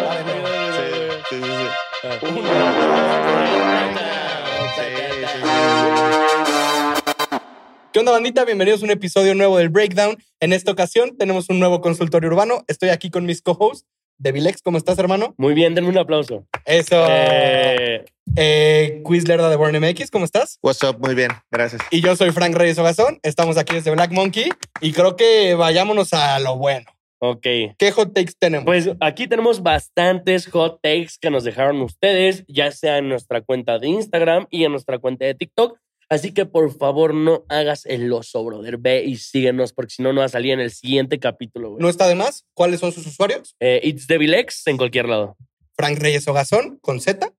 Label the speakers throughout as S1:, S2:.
S1: Sí, sí, sí. Uno, dos, tres. Sí, sí, sí.
S2: ¿Qué onda, bandita? Bienvenidos a un episodio nuevo del Breakdown. En esta ocasión tenemos un nuevo consultorio urbano. Estoy aquí con mis co-hosts. Devilex, ¿cómo estás, hermano?
S3: Muy bien, denme un aplauso.
S2: Eso.
S3: Eh,
S2: Eh, Quiz Lerda de Born MX, ¿cómo estás?
S1: What's up? Muy bien, gracias.
S2: Y yo soy Frank Reyes Ogazón. Estamos aquí desde Black Monkey y creo que vayámonos a lo bueno.
S3: ok.
S2: ¿Qué hot takes tenemos?
S3: Pues aquí tenemos bastantes hot takes que nos dejaron ustedes, ya sea en nuestra cuenta de Instagram y en nuestra cuenta de TikTok. Así que por favor no hagas el oso, brother. Ve y síguenos porque si no, no va a salir en el siguiente capítulo. güey.
S2: no está de más. ¿Cuáles son sus usuarios?
S3: Eh, It's Devil X en cualquier lado.
S2: Frank Reyes Ogazón con Z.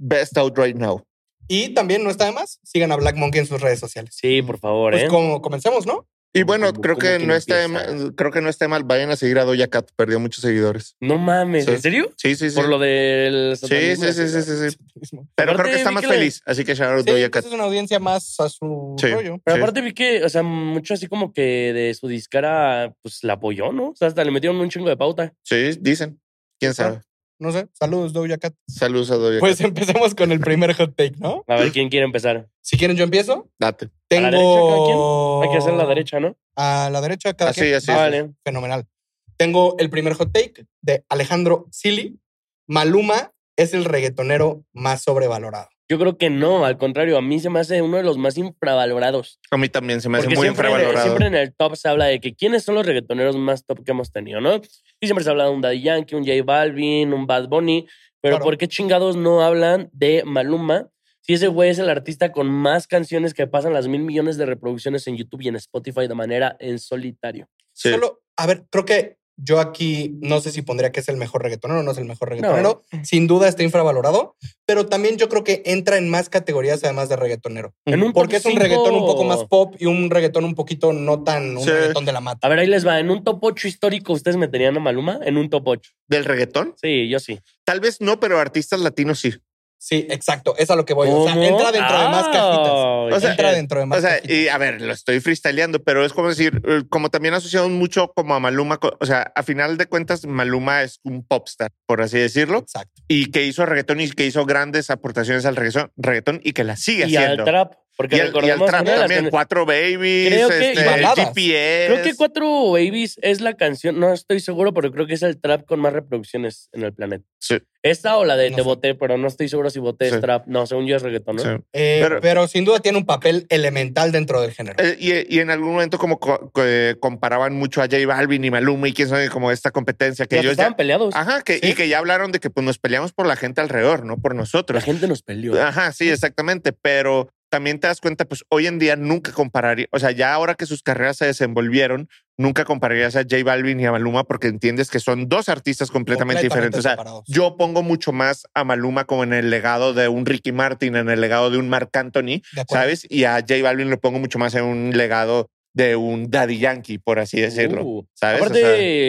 S1: Best out right now.
S2: Y también no está de más. Sigan a Black Monkey en sus redes sociales.
S3: Sí, por favor,
S2: Pues
S3: ¿eh?
S2: como comencemos, ¿no?
S1: Y
S3: Como-
S1: bueno,
S3: como-
S1: creo
S3: como
S1: que
S3: que
S1: no está de
S3: empieza.
S1: mal, creo que no está de mal. Vayan a seguir a Doja Cat, perdió muchos seguidores.
S3: No mames,
S1: Sí.
S3: ¿en serio?
S1: Sí, sí, sí.
S3: Por lo del
S1: sí,
S3: satanismo.
S1: sí, sí, sí, sí, sí.
S2: Mismo.
S1: Pero
S3: Aparte,
S1: creo que está
S3: vi
S1: más
S3: que le-
S1: feliz, así que shout out
S2: Sí,
S1: Doja
S2: pues
S1: Cat.
S2: es una audiencia más a su
S1: Sí.
S2: rollo.
S3: Pero
S1: Sí.
S3: aparte vi que, o sea, mucho así como que de su discara, pues la apoyó, ¿no? O sea, hasta le metieron un chingo de pauta.
S1: Sí, dicen. ¿Quién sabe?
S2: No sé. Saludos, Doja Cat.
S1: Saludos a Doja
S2: Pues
S1: Cat.
S2: empecemos con el primer hot take, ¿no?
S3: A ver quién quiere empezar.
S2: Si quieren, yo empiezo.
S1: Date.
S3: ¿A la
S2: Tengo.
S3: Hay que hacer la
S1: Oh.
S3: derecha, ¿no?
S2: A la derecha, cada
S1: Así,
S2: quien.
S1: así,
S2: Ah,
S1: así.
S3: vale.
S2: Fenomenal. Tengo el primer hot take de Alejandro Silly. Maluma es el reggaetonero más sobrevalorado.
S3: Yo creo que no, al contrario, a mí se me hace uno de los más infravalorados.
S1: A mí también se me hace
S3: Porque
S1: muy
S3: siempre,
S1: infravalorado.
S3: siempre en el top se habla de que quiénes son los reggaetoneros más top que hemos tenido, ¿no? Y siempre se habla de un Daddy Yankee, un J Balvin, un Bad Bunny, pero
S2: Claro.
S3: ¿por qué chingados no hablan de Maluma? Si ese güey es el artista con más canciones que pasan las mil millones de reproducciones en YouTube y en Spotify de manera en solitario.
S1: Sí.
S2: Solo, a ver, creo que yo aquí no sé si pondría que es el mejor reggaetonero, no es el mejor reggaetonero. Sin duda está infravalorado, pero también yo creo que entra en más categorías además de reggaetonero.
S3: En un
S2: Porque
S3: top
S2: es un
S3: cinco-
S2: reggaetón un poco más pop y un reggaetón un poquito no tan un
S1: Sí.
S2: reggaetón de la mata.
S3: A ver, ahí les va. En un top 8 histórico, ¿ustedes meterían a Maluma? En un top 8.
S1: ¿Del reggaetón?
S3: Sí, yo sí.
S1: Tal vez no, pero artistas latinos sí.
S2: Sí, exacto, es a lo que voy. Pues, O sea,
S3: ¿Cómo?
S2: entra dentro de más cajitas.
S3: Ah,
S1: O sea, eh,
S2: entra
S3: shit.
S2: dentro de más
S1: O sea,
S2: cajitas.
S1: y a ver, lo estoy freestyleando, pero es como decir, eh, como también asociaron mucho como a Maluma, co- o sea, a final de cuentas Maluma es un popstar, por así decirlo,
S2: Exacto.
S1: y que hizo reggaetón y que hizo grandes aportaciones al reggaetón, reggaetón y que la sigue
S3: y al
S1: haciendo.
S3: trap. Porque
S1: y, al, y al
S3: recordemos
S1: trap
S3: una de las
S1: también,
S3: can-
S1: Cuatro Babies,
S3: Creo que-
S1: este,
S2: y baladas.
S1: GPS.
S3: Creo que Cuatro Babies es la canción, no estoy seguro, pero creo que es el trap con más reproducciones en el planeta.
S1: Sí,
S3: Esta o la de
S2: No
S3: Te
S2: sé.
S3: Boté, pero no estoy seguro si Boté
S1: Sí.
S3: es trap. No, según yo es reggaetón, ¿no?
S1: sí.
S2: Eh, pero,
S1: Pero-
S2: sin duda tiene un papel elemental dentro del género.
S1: Eh, Y, y en algún momento como co- co- eh, comparaban mucho a J Balvin y Maluma y quién sabe como esta competencia
S3: Los que
S1: que
S3: Ah,
S1: ellos
S3: estaban
S1: ya...
S3: peleados.
S1: Ajá, que,
S2: Sí.
S1: y que ya hablaron de que pues, nos peleamos por la gente alrededor, no por
S3: La
S1: nosotros.
S3: gente nos peleó.
S1: Ajá, sí, exactamente. Pero también te das cuenta, pues hoy en día nunca compararía, o sea, ya ahora que sus carreras se desenvolvieron, nunca compararías a J Balvin y a Maluma porque entiendes que son dos artistas completamente, diferentes. O sea,
S2: separados.
S1: yo pongo mucho más a Maluma como en el legado de un Ricky Martin, en el legado de un Marc Anthony,
S2: De acuerdo.
S1: ¿sabes? Y a J Balvin lo pongo mucho más en un legado de un Daddy Yankee, por así decirlo.
S3: Uh.
S1: ¿Sabes? O
S3: Aparte,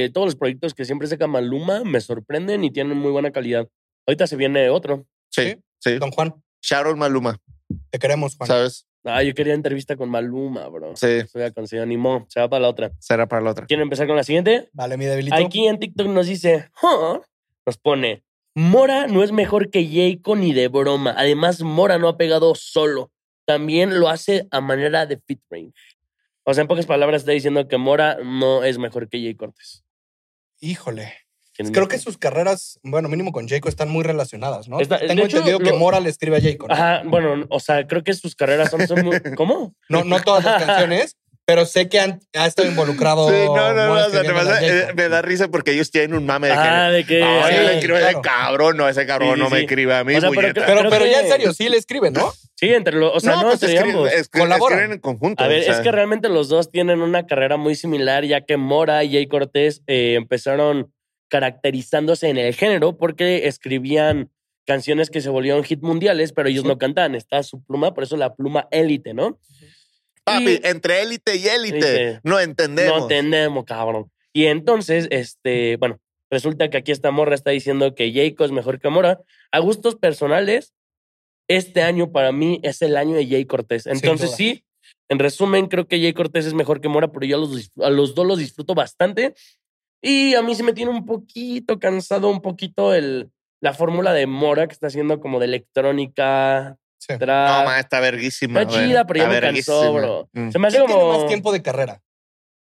S1: sea,
S3: todos los proyectos que siempre saca Maluma me sorprenden y tienen muy buena calidad. Ahorita se viene otro.
S1: sí, sí.
S2: Don Juan,
S1: Sharon Maluma,
S2: te queremos, Juan.
S1: ¿sabes?
S3: Ah, yo quería entrevista con Maluma, bro.
S1: Sí,
S3: Se había conseguido, ni modo, se va para la otra.
S1: será para la otra.
S3: ¿Quieren empezar con la siguiente?
S2: Vale, mi debilito.
S3: Aquí en TikTok nos dice, "Huh", nos pone, Mora no es mejor que Jayco ni de broma. Además, Mora no ha pegado solo. También lo hace a manera de featuring. O sea, en pocas palabras está diciendo que Mora no es mejor que Jay Cortés.
S2: Híjole.
S3: ¿Quién es
S2: Creo
S3: mejor?
S2: que sus carreras, bueno, mínimo con Jaco, están muy relacionadas, ¿no?
S3: Está- de
S2: Tengo
S3: hecho,
S2: entendido que
S3: lo-
S2: Mora le escribe a Jaco. ¿no?
S3: Ajá, bueno, o sea, creo que sus carreras son, son muy... ¿Cómo?
S2: No, no todas las canciones, pero sé que han, ha estado involucrado.
S1: Sí, no, no, no.
S2: Mora
S1: o sea, te
S2: escribiéndole
S1: pasa-
S2: a
S1: eh,
S2: Jacob.
S1: me da risa porque ellos tienen un mame de que.
S3: Ah, de que...
S1: "Ah,
S2: sí,
S1: yo le
S3: sí,
S1: escribo a ese
S2: claro.
S1: cabrón, no, ese cabrón
S3: Sí,
S1: no
S3: sí,
S1: me
S3: sí.
S1: escribe a mí,
S3: O sea, pero
S1: puñeta".
S3: creo-
S2: Pero, pero
S3: que-
S2: ya en serio, sí le escribe, ¿no?
S3: Sí, entre los... O sea, no,
S1: pues
S3: entre
S1: escriben-
S3: ambos.
S1: escri-
S2: Colaboran.
S1: escriben en conjunto.
S3: A ver,
S1: o sea,
S3: es que realmente los dos tienen una carrera muy similar, ya que Mora y Jay Cortés eh, empezaron caracterizándose en el género porque escribían canciones que se volvieron hit mundiales, pero ellos
S2: Sí.
S3: no cantaban. Está su pluma, por eso la pluma élite, ¿no?
S1: Papi,
S3: y-
S1: entre élite y
S3: Dice,
S1: élite, no entendemos.
S3: No entendemos, cabrón. Y entonces, este, bueno, resulta que aquí esta morra está diciendo que Jayco es mejor que Mora. A gustos personales, este año para mí es el año de Jay Cortés. Entonces,
S2: duda.
S3: sí, en resumen, creo que Jay Cortés es mejor que Mora, pero yo a los, dis- a los dos los disfruto bastante. Y a mí se me tiene un poquito cansado, un poquito el, la fórmula de Mora que está haciendo como de electrónica.
S2: Sí.
S3: trap.
S1: No, ma, está verguísima.
S3: Está
S1: güey.
S3: chida, pero ya
S1: Está
S3: me cansó,
S1: verguísima.
S3: bro.
S1: Mm.
S3: se me hace
S2: ¿Quién
S3: como.
S2: tiene más tiempo de carrera?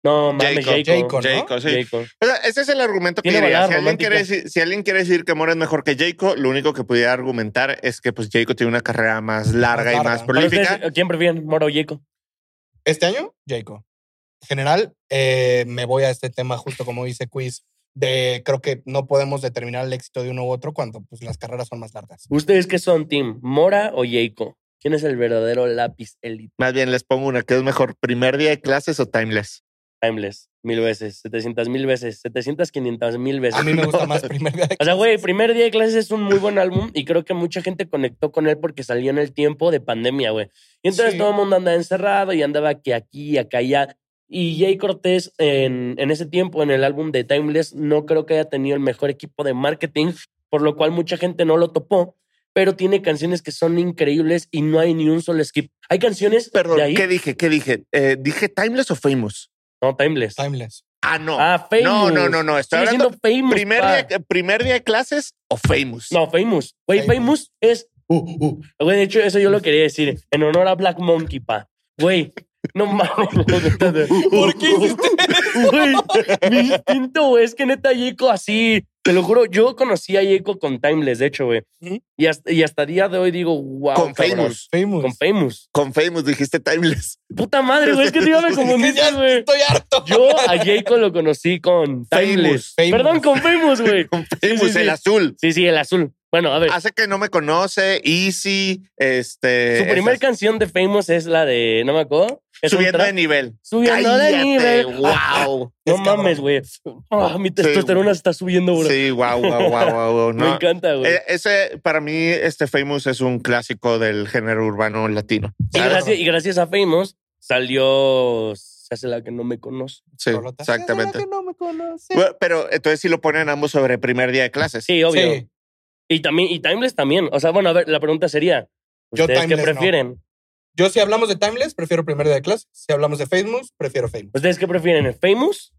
S3: No, mames,
S1: Jacob.
S3: Jacob.
S2: Jacob, ¿no?
S1: Jacob, sí.
S3: Jacob.
S1: O sea, ese es el argumento que
S3: Tiene
S1: diría.
S3: balada
S1: Si alguien, quiere
S3: romántica.
S1: decir, si alguien quiere decir que Mora es mejor que Jayco, lo único que pudiera argumentar es que pues Jayco tiene una carrera más larga,
S2: Más
S1: y más
S2: larga.
S3: Pero
S1: prolífica.
S3: Ah, ustedes, ¿Quién prefieren, Mora o Jacob?
S2: Este año, Jacob. En general, eh, me voy a este tema justo como dice Quiz, de creo que no podemos determinar el éxito de uno u otro cuando pues, las carreras son más largas.
S3: ¿Ustedes qué son, Team? ¿Mora o Jacob? ¿Quién es el verdadero lápiz elite?
S1: Más bien les pongo una que es mejor, primer día de clases o timeless.
S3: Timeless. Mil veces. 700 mil veces. 700, 500 mil veces.
S2: A mí me gusta más primer día de
S3: O sea, güey, Primer Día de Clases es un muy buen álbum y creo que mucha gente conectó con él porque salió en el tiempo de pandemia, güey. Y entonces
S2: Sí.
S3: todo el mundo andaba encerrado y andaba que aquí, acá, allá. Y Jay Cortés en, en ese tiempo, en el álbum de Timeless, no creo que haya tenido el mejor equipo de marketing, por lo cual mucha gente no lo topó, pero tiene canciones que son increíbles y no hay ni un solo skip. Hay canciones
S1: Perdón,
S3: de ahí.
S1: ¿qué dije? ¿Qué dije? Eh, ¿Dije timeless o famous?
S3: No, Timeless.
S2: Timeless.
S1: Ah, no.
S3: Ah, Famous.
S1: no, no, no, no. Estoy
S3: Sigue
S1: hablando
S3: siendo Famous.
S1: primer
S3: pa.
S1: día, primer día de clases o famous.
S3: No, Famous. Güey,
S2: Famous. Uh,
S3: Famous es Güey, de hecho, eso yo lo quería decir. En honor a Black Monkey, pa. Güey, no mames.
S2: Uh, ¿Por qué hiciste? uh.
S3: Güey, mi instinto, güey, es que neta, Yeco así. Te lo juro, yo conocí a Yeco con Timeless, de hecho, güey.
S2: Ujú.
S3: Y hasta, y hasta día de hoy digo, wow.
S1: con
S3: cabrón.
S1: famous.
S2: Famous.
S3: Con Famous.
S1: Con famous dijiste timeless.
S3: Puta madre, güey, es que tú ya me
S2: Es que
S3: confundiste,
S2: ya
S3: güey.
S2: estoy harto.
S3: Yo a Yeco lo conocí con Timeless.
S2: Famous,
S3: Perdón,
S2: Famous.
S3: con Famous, güey.
S1: Con famous,
S3: sí,
S1: el
S3: sí.
S1: azul.
S3: Sí, sí, el azul. Bueno, a ver.
S1: Hace que no me conoce, easy, este.
S3: Su primer
S1: esas-
S3: canción de Famous es la de, no me acuerdo. Es un
S1: Subiendo
S3: trap.
S1: de nivel.
S3: Subiendo de
S1: Cállate,
S3: nivel. Ah,
S1: guau.
S3: No
S2: Es cabrón.
S3: mames, güey. Ah, mi testosterona está subiendo, bro.
S1: Sí, Eh, wow, wow, wow, wow.
S3: Me encanta, güey.
S1: ese, para mí, este Famous es un clásico del género urbano latino.
S3: y,
S1: ¿sabes?
S3: gracias, y gracias a Famous salió. Se hace la que no me conoce.
S1: Sí,
S2: Rolota.
S1: exactamente.
S2: Será que no me conoce?
S1: Bueno, Pero entonces sí lo ponen ambos sobre primer día de clases.
S3: Sí, obvio.
S2: Sí.
S3: Y también, y Timeless también. O sea, bueno, a ver, la pregunta sería:
S2: Yo
S3: ¿Ustedes qué
S2: Timeless no.
S3: prefieren?
S2: Yo si hablamos de Timeless, prefiero primer día de clase. Si hablamos de Famous, prefiero Famous.
S3: ¿Ustedes qué prefieren? ¿Famous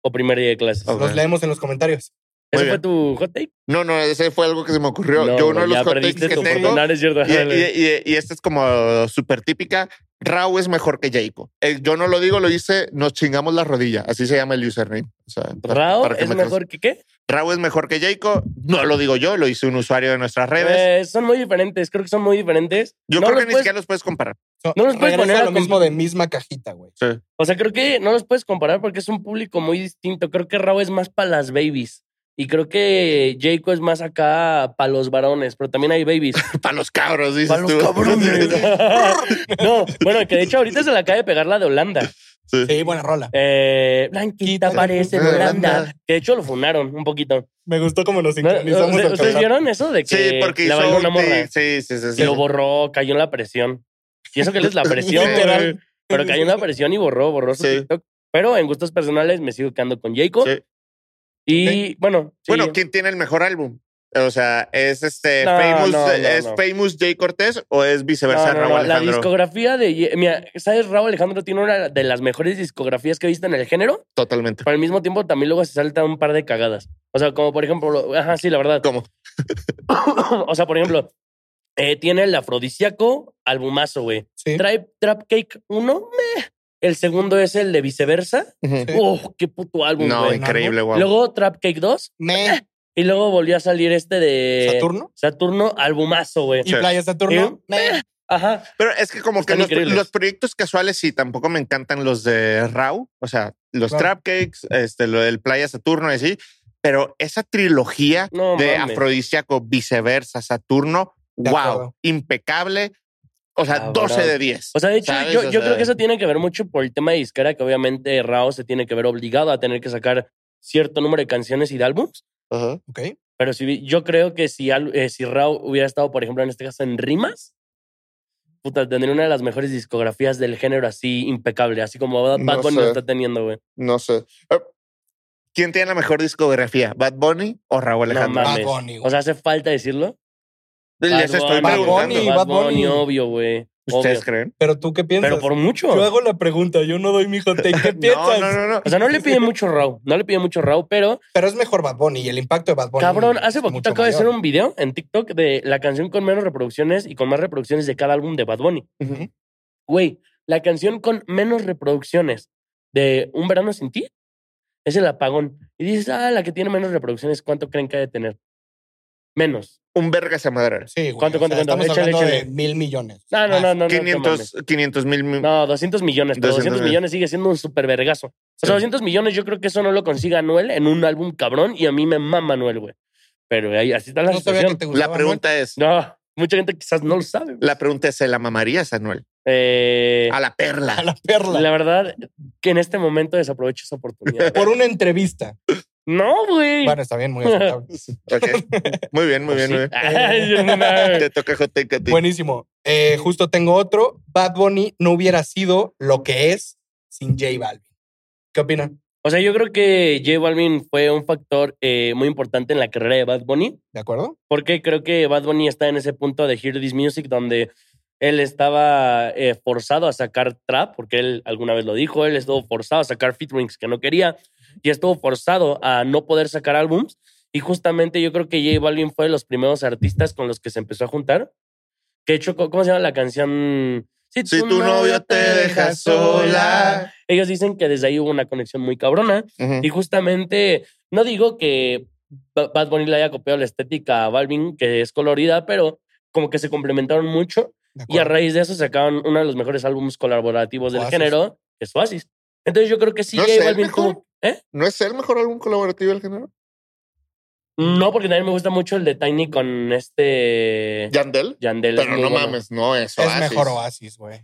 S3: o primer día de clases?
S1: Ok.
S2: Los leemos en los comentarios.
S3: ¿Ese
S1: muy
S3: fue tu hot take?
S1: No, no, ese fue algo que se me ocurrió.
S3: No,
S1: Yo uno
S3: güey,
S1: de los
S3: ya
S1: hot takes
S3: perdiste
S1: que
S3: tu
S1: tengo.
S3: oportunidad, es cierto.
S1: Y,
S3: Dale.
S1: y- y- y esta es como súper típica. Rau es mejor que Jayco. Eh, yo no lo digo, lo hice, nos chingamos la rodilla. Así se llama el username. O sea, para-
S3: ¿Rao
S1: para que
S3: es
S1: me creas.
S3: mejor que qué?
S1: Rau es mejor que Jayco. No lo digo yo, lo hizo un usuario de nuestras redes.
S3: Eh, son muy diferentes, creo que son muy diferentes.
S1: Yo
S3: No
S1: creo
S3: los
S1: que ni
S3: puedes-
S1: siquiera los puedes comparar.
S2: So,
S3: No nos puedes
S2: regresa
S3: poner a
S2: lo mismo de misma cajita, güey.
S1: Sí.
S3: O sea, creo que no los puedes comparar porque es un público muy distinto. Creo que Rao es más para las babies. Y creo que Jayco es más acá para los varones, pero también hay babies.
S1: Para los cabros, dices
S3: Para los
S1: tú.
S3: cabrones. no, bueno, que de hecho ahorita se le acaba de pegar la de Holanda.
S1: Sí.
S2: Sí, buena rola.
S3: Eh, Blanquita parece de Holanda. Que de hecho lo funaron un poquito.
S2: Me gustó como nos
S3: ¿No?
S2: sincronizamos.
S3: ¿Ustedes
S2: al
S3: ustedes
S2: cantar.
S3: vieron eso de que
S1: Sí, porque
S3: le
S1: hizo
S3: bailó
S1: un
S3: una morra?
S1: tic, Sí, sí, sí.
S3: Y
S1: sí.
S3: lo borró, cayó en la presión. Y eso que él es la presión,
S2: Literal.
S3: güey. Pero cayó en la presión y borró, borró su
S1: Sí.
S3: TikTok. Pero en gustos personales me sigo quedando con Jacob.
S1: Sí.
S3: Y
S2: Ok.
S3: bueno, sí.
S1: Bueno, ¿quién tiene el mejor álbum? O sea, ¿es este
S3: No,
S1: Famous,
S3: no, no,
S1: es
S3: no.
S1: Famous Jay Cortés o es
S3: No,
S1: viceversa
S3: no,
S1: Raúl
S3: no, la
S1: Alejandro?
S3: discografía de. Ye- Mira, ¿sabes? Raúl Alejandro tiene una de las mejores discografías que he visto en el género,
S1: Totalmente.
S3: pero al mismo tiempo también luego se salta un par de cagadas. O sea, como por ejemplo. lo- Ajá, sí, la verdad.
S1: ¿Cómo?
S3: o sea, por ejemplo, eh, tiene el afrodisíaco albumazo, güey.
S2: Sí.
S3: Trae Trap Cake 1, meh. El segundo es el de viceversa.
S2: Sí.
S3: ¡Oh, qué puto álbum,
S1: No,
S3: güey!
S2: en-
S1: increíble, guau.
S3: Luego Trap Cake 2
S2: Me,
S3: y luego volvió a salir este de
S2: Saturno.
S3: Saturno albumazo, güey.
S2: Y
S1: Sí.
S2: Playa
S3: ¿Eh?
S2: Saturno. Me.
S3: Ajá.
S1: Pero es que como que
S3: Están
S1: los,
S3: increíbles.
S1: los proyectos casuales sí, tampoco me encantan los de Rau, o sea, los
S2: Claro.
S1: Trap Cakes, este, lo del Playa Saturno y así, pero esa trilogía
S3: No,
S1: de
S3: mames.
S1: Afrodisíaco, viceversa, Saturno,
S2: De
S1: wow,
S2: acuerdo.
S1: impecable, o sea,
S3: Cabrón.
S1: 12 de 10.
S3: O sea, de hecho,
S1: ¿sabes?
S3: yo,
S1: O
S3: yo
S1: sea, eh.
S3: creo que eso tiene que ver mucho por el tema de disquera, que obviamente Rao se tiene que ver obligado a tener que sacar cierto número de canciones y de álbums.
S1: ajá.
S2: Ok.
S3: Pero si, vi- yo creo que si, al- eh, si Rao hubiera estado, por ejemplo, en este caso en Rimas, puta, tendría una de las mejores discografías del género así impecable, así como Bad
S1: No
S3: Bunny
S1: sé.
S3: lo está teniendo, güey.
S1: No sé. Eh, ¿Quién tiene la mejor discografía, Bad Bunny o Raúl
S3: No
S1: Alejandro?
S3: mames.
S2: Bad Bunny, güey.
S3: O sea, hace falta decirlo.
S1: Les
S3: Bad
S1: estoy
S3: Bunny,
S2: Bad
S1: preguntando.
S2: Bunny,
S3: Bad
S2: Bad Bunny.
S3: Bunny, obvio, güey.
S1: ¿Ustedes
S3: Obvio.
S1: creen?
S2: Pero tú qué piensas?
S3: Pero por mucho.
S2: Yo hago la pregunta, yo no doy mi hot take. ¿Qué
S1: No,
S2: piensas?
S1: no, no, no.
S3: O sea, no le pide mucho Raw. No le pide mucho Raw, pero
S2: Pero es mejor Bad Bunny y el impacto de Bad Bunny.
S3: cabrón,
S2: es
S3: hace
S2: mucho
S3: poquito acabo de hacer
S2: mayor.
S3: un video en TikTok de la canción con menos reproducciones y con más reproducciones de cada álbum de Bad Bunny.
S1: Ujú.
S3: Güey, la canción con menos reproducciones de Un Verano Sin Ti es El Apagón. Y dices, ah, la que tiene menos reproducciones, ¿cuánto creen que ha de tener? Menos.
S1: Un verga esa madre.
S2: Sí, güey.
S3: ¿Cuánto,
S2: o
S3: cuánto,
S2: sea,
S3: cuánto?
S2: Estamos
S3: Échale,
S2: hablando de
S3: échale.
S2: mil millones.
S3: No,
S2: Ah,
S3: no,
S2: Más.
S3: no, no. no, te
S1: 500
S3: mames.
S1: 500 mil. mi-
S3: No, 200 millones, pero
S1: 200
S3: 200 millones sigue siendo un super vergazo. O sea,
S1: Sí.
S3: 200 millones yo creo que eso no lo consiga Anuel en un álbum cabrón y a mí me mama Anuel, güey. Pero ahí, así está la
S2: No sabía que
S3: situación.
S2: te gustaba.
S1: La pregunta es,
S3: No, mucha gente quizás no lo sabe. güey.
S1: la pregunta es, ¿se la mamarías a Anuel?
S3: Eh,
S1: A la
S2: ¿no? A
S1: perla.
S2: la perla.
S3: la verdad que en este momento desaprovecho esa oportunidad. güey.
S2: Por una entrevista.
S3: no, güey. Pues
S2: Bueno, está bien, muy aceptable.
S1: Ok. Muy bien, muy bien, muy bien.
S3: Ay, Dios mío.
S1: Te toca hot take a ti.
S2: Buenísimo. Eh, justo tengo otro. Bad Bunny no hubiera sido lo que es sin J Balvin. ¿Qué opinan?
S3: O sea, yo creo que J Balvin fue un factor eh, muy importante en la carrera de Bad Bunny.
S2: ¿De acuerdo?
S3: Porque creo que Bad Bunny está en ese punto de Hear This Music donde él estaba eh, forzado a sacar trap, porque él alguna vez lo dijo, él estuvo forzado a sacar featurings que no quería y estuvo forzado a no poder sacar álbums. Y justamente yo creo que J Balvin fue de los primeros artistas con los que se empezó a juntar. Que hecho, ¿cómo se llama la canción?
S1: Si tu novio te deja sola.
S3: Ellos dicen que desde ahí hubo una conexión muy cabrona.
S1: Ujú.
S3: Y justamente, no digo que Ba- Bad Bunny le haya copiado la estética a Balvin, que es colorida, pero como que se complementaron mucho
S2: De
S3: y a
S2: acuerdo.
S3: raíz de eso sacaron uno de los mejores álbumes colaborativos del
S2: Oasis.
S3: género, que es Oasis. Entonces yo creo que sí,
S1: ¿No
S3: J
S1: es el
S3: Balvin
S1: mejor?
S3: tuvo- ¿Eh?
S1: ¿No es el mejor álbum colaborativo del género?
S3: No, porque también me gusta mucho el de Tiny con este
S1: ¿Yandel?
S3: Yandel. es
S1: Pero
S3: muy
S1: no
S3: bueno.
S1: mames, no es
S2: Es
S1: Oasis.
S2: mejor Oasis, güey.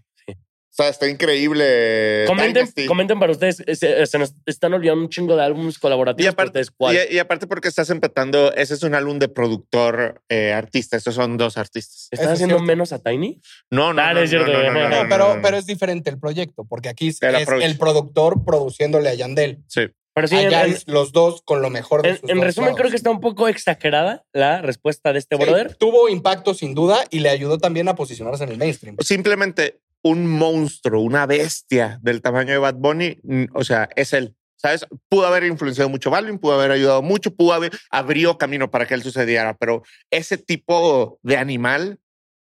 S1: O sea, está increíble.
S3: Comenten,
S1: Dynasty.
S3: comenten para ustedes, eh, se, se nos están olvidando un chingo de álbumes colaborativos.
S1: Y
S3: para
S1: aparte,
S3: ustedes, ¿cuál?
S1: y- y aparte porque estás empatando, ese es un álbum de productor eh, artista, estos son dos artistas.
S3: ¿Estás
S2: Eso es
S3: haciendo
S2: cierto.
S3: menos a Tiny?
S1: No, no,
S3: Ah,
S1: no,
S3: no es
S1: no,
S3: cierto,
S1: no, no,
S3: güey.
S1: no, no,
S2: No,
S1: no,
S2: pero,
S1: no.
S2: pero es diferente el proyecto, porque aquí es
S1: El approach.
S2: el productor produciéndole a Yandel.
S1: Sí.
S3: Pero sí, en-
S2: Allá
S3: en-
S2: es los dos con lo mejor de
S3: En,
S2: sus
S3: en
S2: dos
S3: resumen,
S2: lados.
S3: creo que está un poco exagerada la respuesta de este
S2: Sí,
S3: brother.
S2: tuvo impacto sin duda y le ayudó también a posicionarse en el mainstream.
S1: Simplemente un monstruo, una bestia del tamaño de Bad Bunny, mm, o sea, es él. ¿Sabes? Pudo haber influenciado mucho a Balvin, pudo haber ayudado mucho, pudo haber abrió camino para que él sucediera, pero ese tipo de animal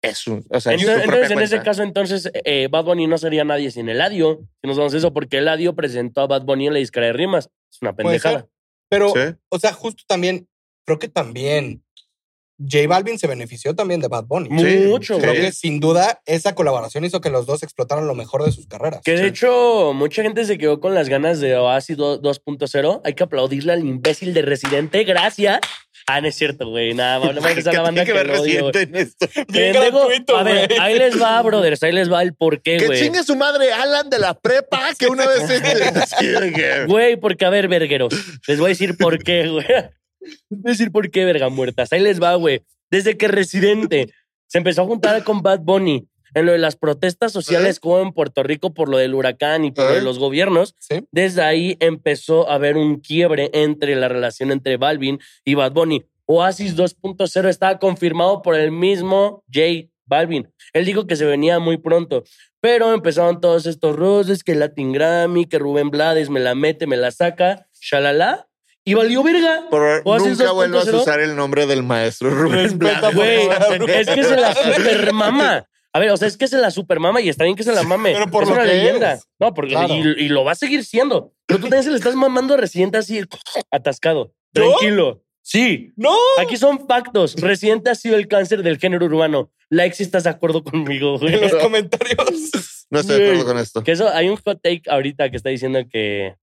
S1: es un, o sea, es
S3: Entonces,
S1: su propia
S3: entonces, en ese
S1: cuenta.
S3: caso, entonces, eh, Bad Bunny no sería nadie sin Eladio. Si nos vamos a eso, porque Eladio presentó a Bad Bunny en la discara de rimas. Es una
S2: Puede ser.
S3: pendejada.
S2: Pero,
S1: Sí.
S2: o sea, justo también, creo que también J Balvin se benefició también de Bad Bunny.
S1: Sí,
S3: Mucho,
S1: sí.
S2: Creo
S3: güey.
S2: que sin duda esa colaboración hizo que los dos explotaran lo mejor de sus carreras.
S3: Que
S1: Sí.
S3: de hecho, mucha gente se quedó con las ganas de Oasis do- 2.0. Hay que aplaudirle al imbécil de Residente. Gracias. Ah, no es cierto, güey. Nada, vamos a empezar la banda que,
S1: tiene que ver
S3: lo odio, güey.
S1: reciente en esto.
S2: Bien
S3: Pendejo.
S2: gratuito,
S3: A ver,
S2: güey.
S3: ahí les va, brothers. Ahí les va el porqué,
S1: Que
S3: güey.
S1: chingue su madre Alan de la prepa, que una vez este, se...
S3: Güey, porque a ver, vergueros. Les voy a decir por qué, güey. Les voy a decir por qué, verga muertas. Ahí les va, güey. Desde que Residente se empezó a juntar con Bad Bunny en lo de las protestas sociales como en Puerto Rico por lo del huracán y por lo de
S1: ¿Eh?
S3: los gobiernos,
S2: Sí.
S3: desde ahí empezó a haber un quiebre entre la relación entre Balvin y Bad Bunny. Oasis 2.0 estaba confirmado por el mismo J Balvin. Él dijo que se venía muy pronto. Pero empezaron todos estos roces, que Latin Grammy, que Rubén Blades me la mete, me la saca, shalala. Y valió verga.
S1: Por-
S3: Oasis
S1: nunca vuelvas a
S3: 2.0.
S1: usar el nombre del maestro Rubén
S2: Respeta,
S1: Blades.
S3: Güey,
S2: favor.
S3: es que se la supermama. A ver, o sea, es que se la supermama y está bien que se la mame.
S2: Pero por
S3: es
S2: lo
S3: una
S2: que
S3: leyenda.
S2: es.
S3: No, porque
S2: Claro.
S3: y, y lo va a seguir siendo. Pero tú también se le estás mamando a Residente así atascado.
S2: ¿Yo?
S3: Tranquilo. Sí.
S2: ¡No!
S3: Aquí son factos. Residente ha sido el cáncer del género urbano. Like si estás de acuerdo conmigo,
S2: En
S3: güey.
S2: los comentarios.
S1: No estoy de acuerdo
S3: Güey.
S1: con esto.
S3: Que eso, hay un hot take ahorita que está diciendo que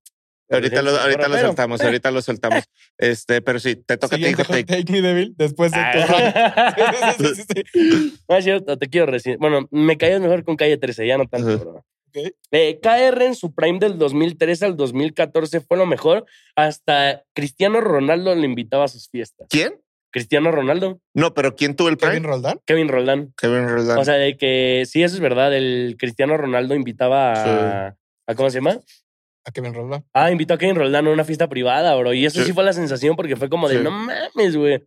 S1: Ahorita lo, ahorita lo
S3: Pero-
S1: soltamos, ahorita lo soltamos. Este, pero sí, te toca a ti,
S2: Siguiente
S1: hot
S2: hot
S1: take.
S2: take me débil después de tu rant.
S3: Ah.
S2: Sí, sí, sí, sí.
S3: no Ah, es cierto, te quiero recibir. Bueno, me callas mejor con calle 13, ya no tanto,
S1: Ajá.
S3: bro.
S2: Ok.
S3: Eh, KR en su prime del 2013 al 2014 fue lo mejor. Hasta Cristiano Ronaldo le invitaba a sus fiestas.
S1: ¿Quién?
S3: Cristiano Ronaldo,
S1: No, pero ¿quién tuvo el
S2: Kevin
S1: prime?
S2: Roldán.
S3: Kevin Roldán.
S1: Kevin Roldán.
S3: O sea, de que sí, eso es verdad. El Cristiano Ronaldo invitaba a. ¿a ¿Cómo se llama?
S2: A Kevin Roldán.
S3: Ah, invitó a Kevin Roldán a una fiesta privada, bro. Y eso
S1: Sí.
S3: sí fue la sensación porque fue como de
S1: Sí.
S3: no mames, güey.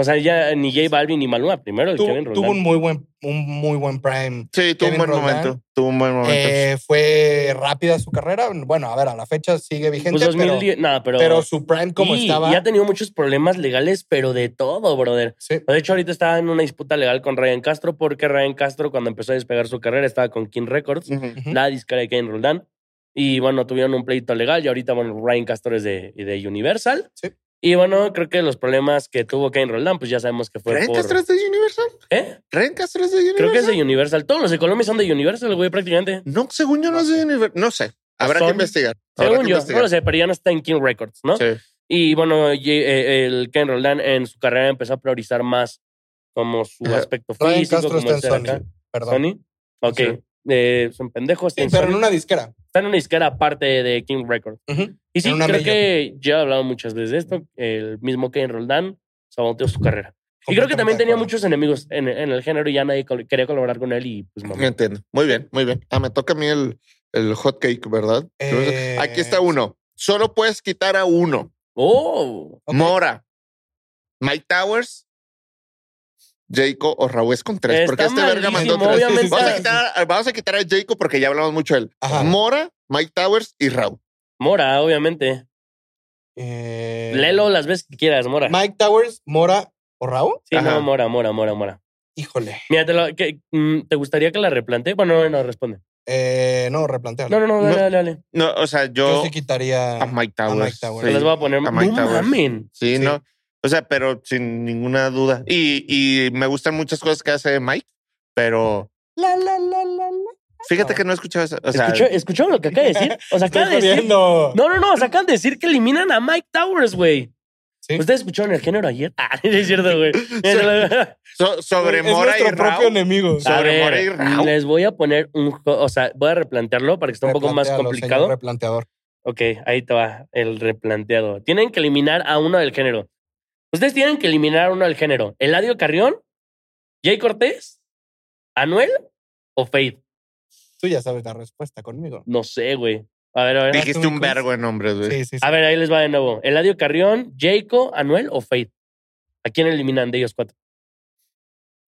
S3: O sea, ya ni J Balvin ni Maluma primero, el
S2: Tu-
S3: Kevin
S2: tuvo un
S3: Roldán.
S2: muy buen, un muy buen prime.
S1: Sí, tuvo un
S2: Kevin
S1: buen
S2: Roldán.
S1: momento. Tuvo un buen momento.
S2: Eh, fue rápida su carrera. Bueno, a ver, a la fecha sigue vigente,
S3: Pues 2010,
S2: pero,
S3: no, pero...
S2: pero su prime como
S3: y,
S2: estaba.
S3: y ha tenido muchos problemas legales, pero de todo, brother.
S2: Sí.
S3: De hecho, ahorita está en una disputa legal con Ryan Castro porque Ryan Castro, cuando empezó a despegar su carrera, estaba con King Records,
S1: Ujú.
S2: Ujú.
S3: la disca de Kevin Roldán. Y bueno, tuvieron un pleito legal y ahorita, bueno, Ryan Castro es de, de Universal.
S2: Sí.
S3: Y bueno, creo que los problemas que tuvo Kevin Roldán, pues ya sabemos que fue
S1: ¿Ryan
S3: por...
S1: Castro es de Universal?
S3: ¿Eh?
S1: ¿Ryan Castro es de Universal?
S3: Creo que es de Universal. Todos los de Colombia son de Universal, güey, prácticamente.
S1: No, según yo no es de Universal. No sé. Habrá que
S3: Son-
S1: investigar. Habrá
S3: Según
S1: que
S3: yo, no
S1: investigar.
S3: lo sé, pero ya no está en King Records, ¿no?
S1: Sí.
S3: Y bueno, y- eh, el Ken Roldán en su carrera empezó a priorizar más como su
S1: Ajá.
S3: aspecto
S2: Ryan
S3: físico,
S2: Castro
S3: como
S2: está en
S3: el ser acá.
S2: Sony. Perdón.
S3: ¿Sony? Ok.
S1: Sí.
S3: Eh, son pendejos.
S2: Sí,
S3: en
S2: pero
S3: Sony.
S2: en una disquera.
S3: Está en una disquera aparte de King Records.
S2: Ujú.
S3: Y sí,
S2: En
S3: creo
S2: una major.
S3: que ya he hablado muchas veces de esto. El mismo Ken Roldán saboteó su carrera. Y creo que
S2: Completamente
S3: también
S2: de
S3: tenía
S2: acuerdo.
S3: muchos enemigos en, en el género y ya nadie col- quería colaborar con él y pues mamá.
S1: Entiendo. Muy bien, muy bien. Ah, me toca a mí el, el hot cake, ¿verdad?
S2: Eh,
S1: Aquí está uno. Solo puedes quitar a uno.
S3: ¡Oh!
S2: Ok.
S1: Mora, Mike Towers, Jayco o Raúl es con tres.
S3: Está
S1: porque este verga mandó
S3: malísimo,
S1: tres.
S3: obviamente.
S1: Vamos a, quitar, vamos a quitar a Jayco porque ya hablamos mucho de él.
S2: Ajá.
S1: Mora, Mike Towers y Raúl.
S3: Mora, obviamente.
S2: Eh,
S3: Lelo las veces que quieras, Mora.
S2: Mike Towers, Mora o Raúl.
S3: Sí,
S1: Ajá.
S3: no, Mora, Mora, Mora, Mora.
S2: Híjole.
S3: Mira, te, lo- que- mm, ¿te gustaría que la replante? Bueno, no, no, responde.
S2: Eh, no, replantealo.
S3: No, no, no,
S1: No.
S3: dale, dale, dale.
S1: No, o sea,
S2: Yo,
S1: yo
S2: sí quitaría.
S1: a Mike
S2: a
S1: Towers.
S2: Mike Towers.
S1: sí.
S3: Se las voy a poner.
S1: a
S3: No
S1: Mike Towers.
S3: mamen.
S1: Sí,
S2: Sí.
S1: no. O sea, pero sin ninguna duda. Y, y me gustan muchas cosas que hace Mike, pero
S2: La, la, la, la, la.
S1: fíjate
S2: No.
S1: que no he escuchado eso. O sea,
S3: ¿Escuchó, escucharon lo que acaba de decir? O sea,
S2: Estoy
S3: acaba de decir.
S2: jodiendo.
S3: No, no, no. O sea, acaban de decir que eliminan a Mike Towers, güey.
S2: Sí.
S3: ¿Ustedes escucharon el género ayer? Ah, es cierto, güey.
S1: so- sobre
S2: es
S1: Mora y
S2: nuestro propio
S1: Raúl.
S2: enemigo.
S1: Sobre
S3: A
S1: Mora y
S3: ver,
S1: Raúl.
S3: les voy a poner un. jo- O sea, voy a replantearlo para que esté un poco más
S2: Replantéalo,
S3: complicado.
S2: señor replanteador.
S3: Ok, ahí te va el replanteado. Tienen que eliminar a uno del género. Ustedes tienen que eliminar a uno del género. Eladio Carrión, Jay Cortés, Anuel o Faith.
S2: Tú ya sabes la respuesta conmigo.
S3: No sé, güey. A ver, a ver.
S1: Dijiste un
S2: Quiz.
S1: vergo de nombres, güey.
S2: Sí, sí, sí.
S3: A ver, ahí les va de nuevo. Eladio Carrión, Jayco, Anuel o Faith. ¿A quién eliminan de ellos cuatro?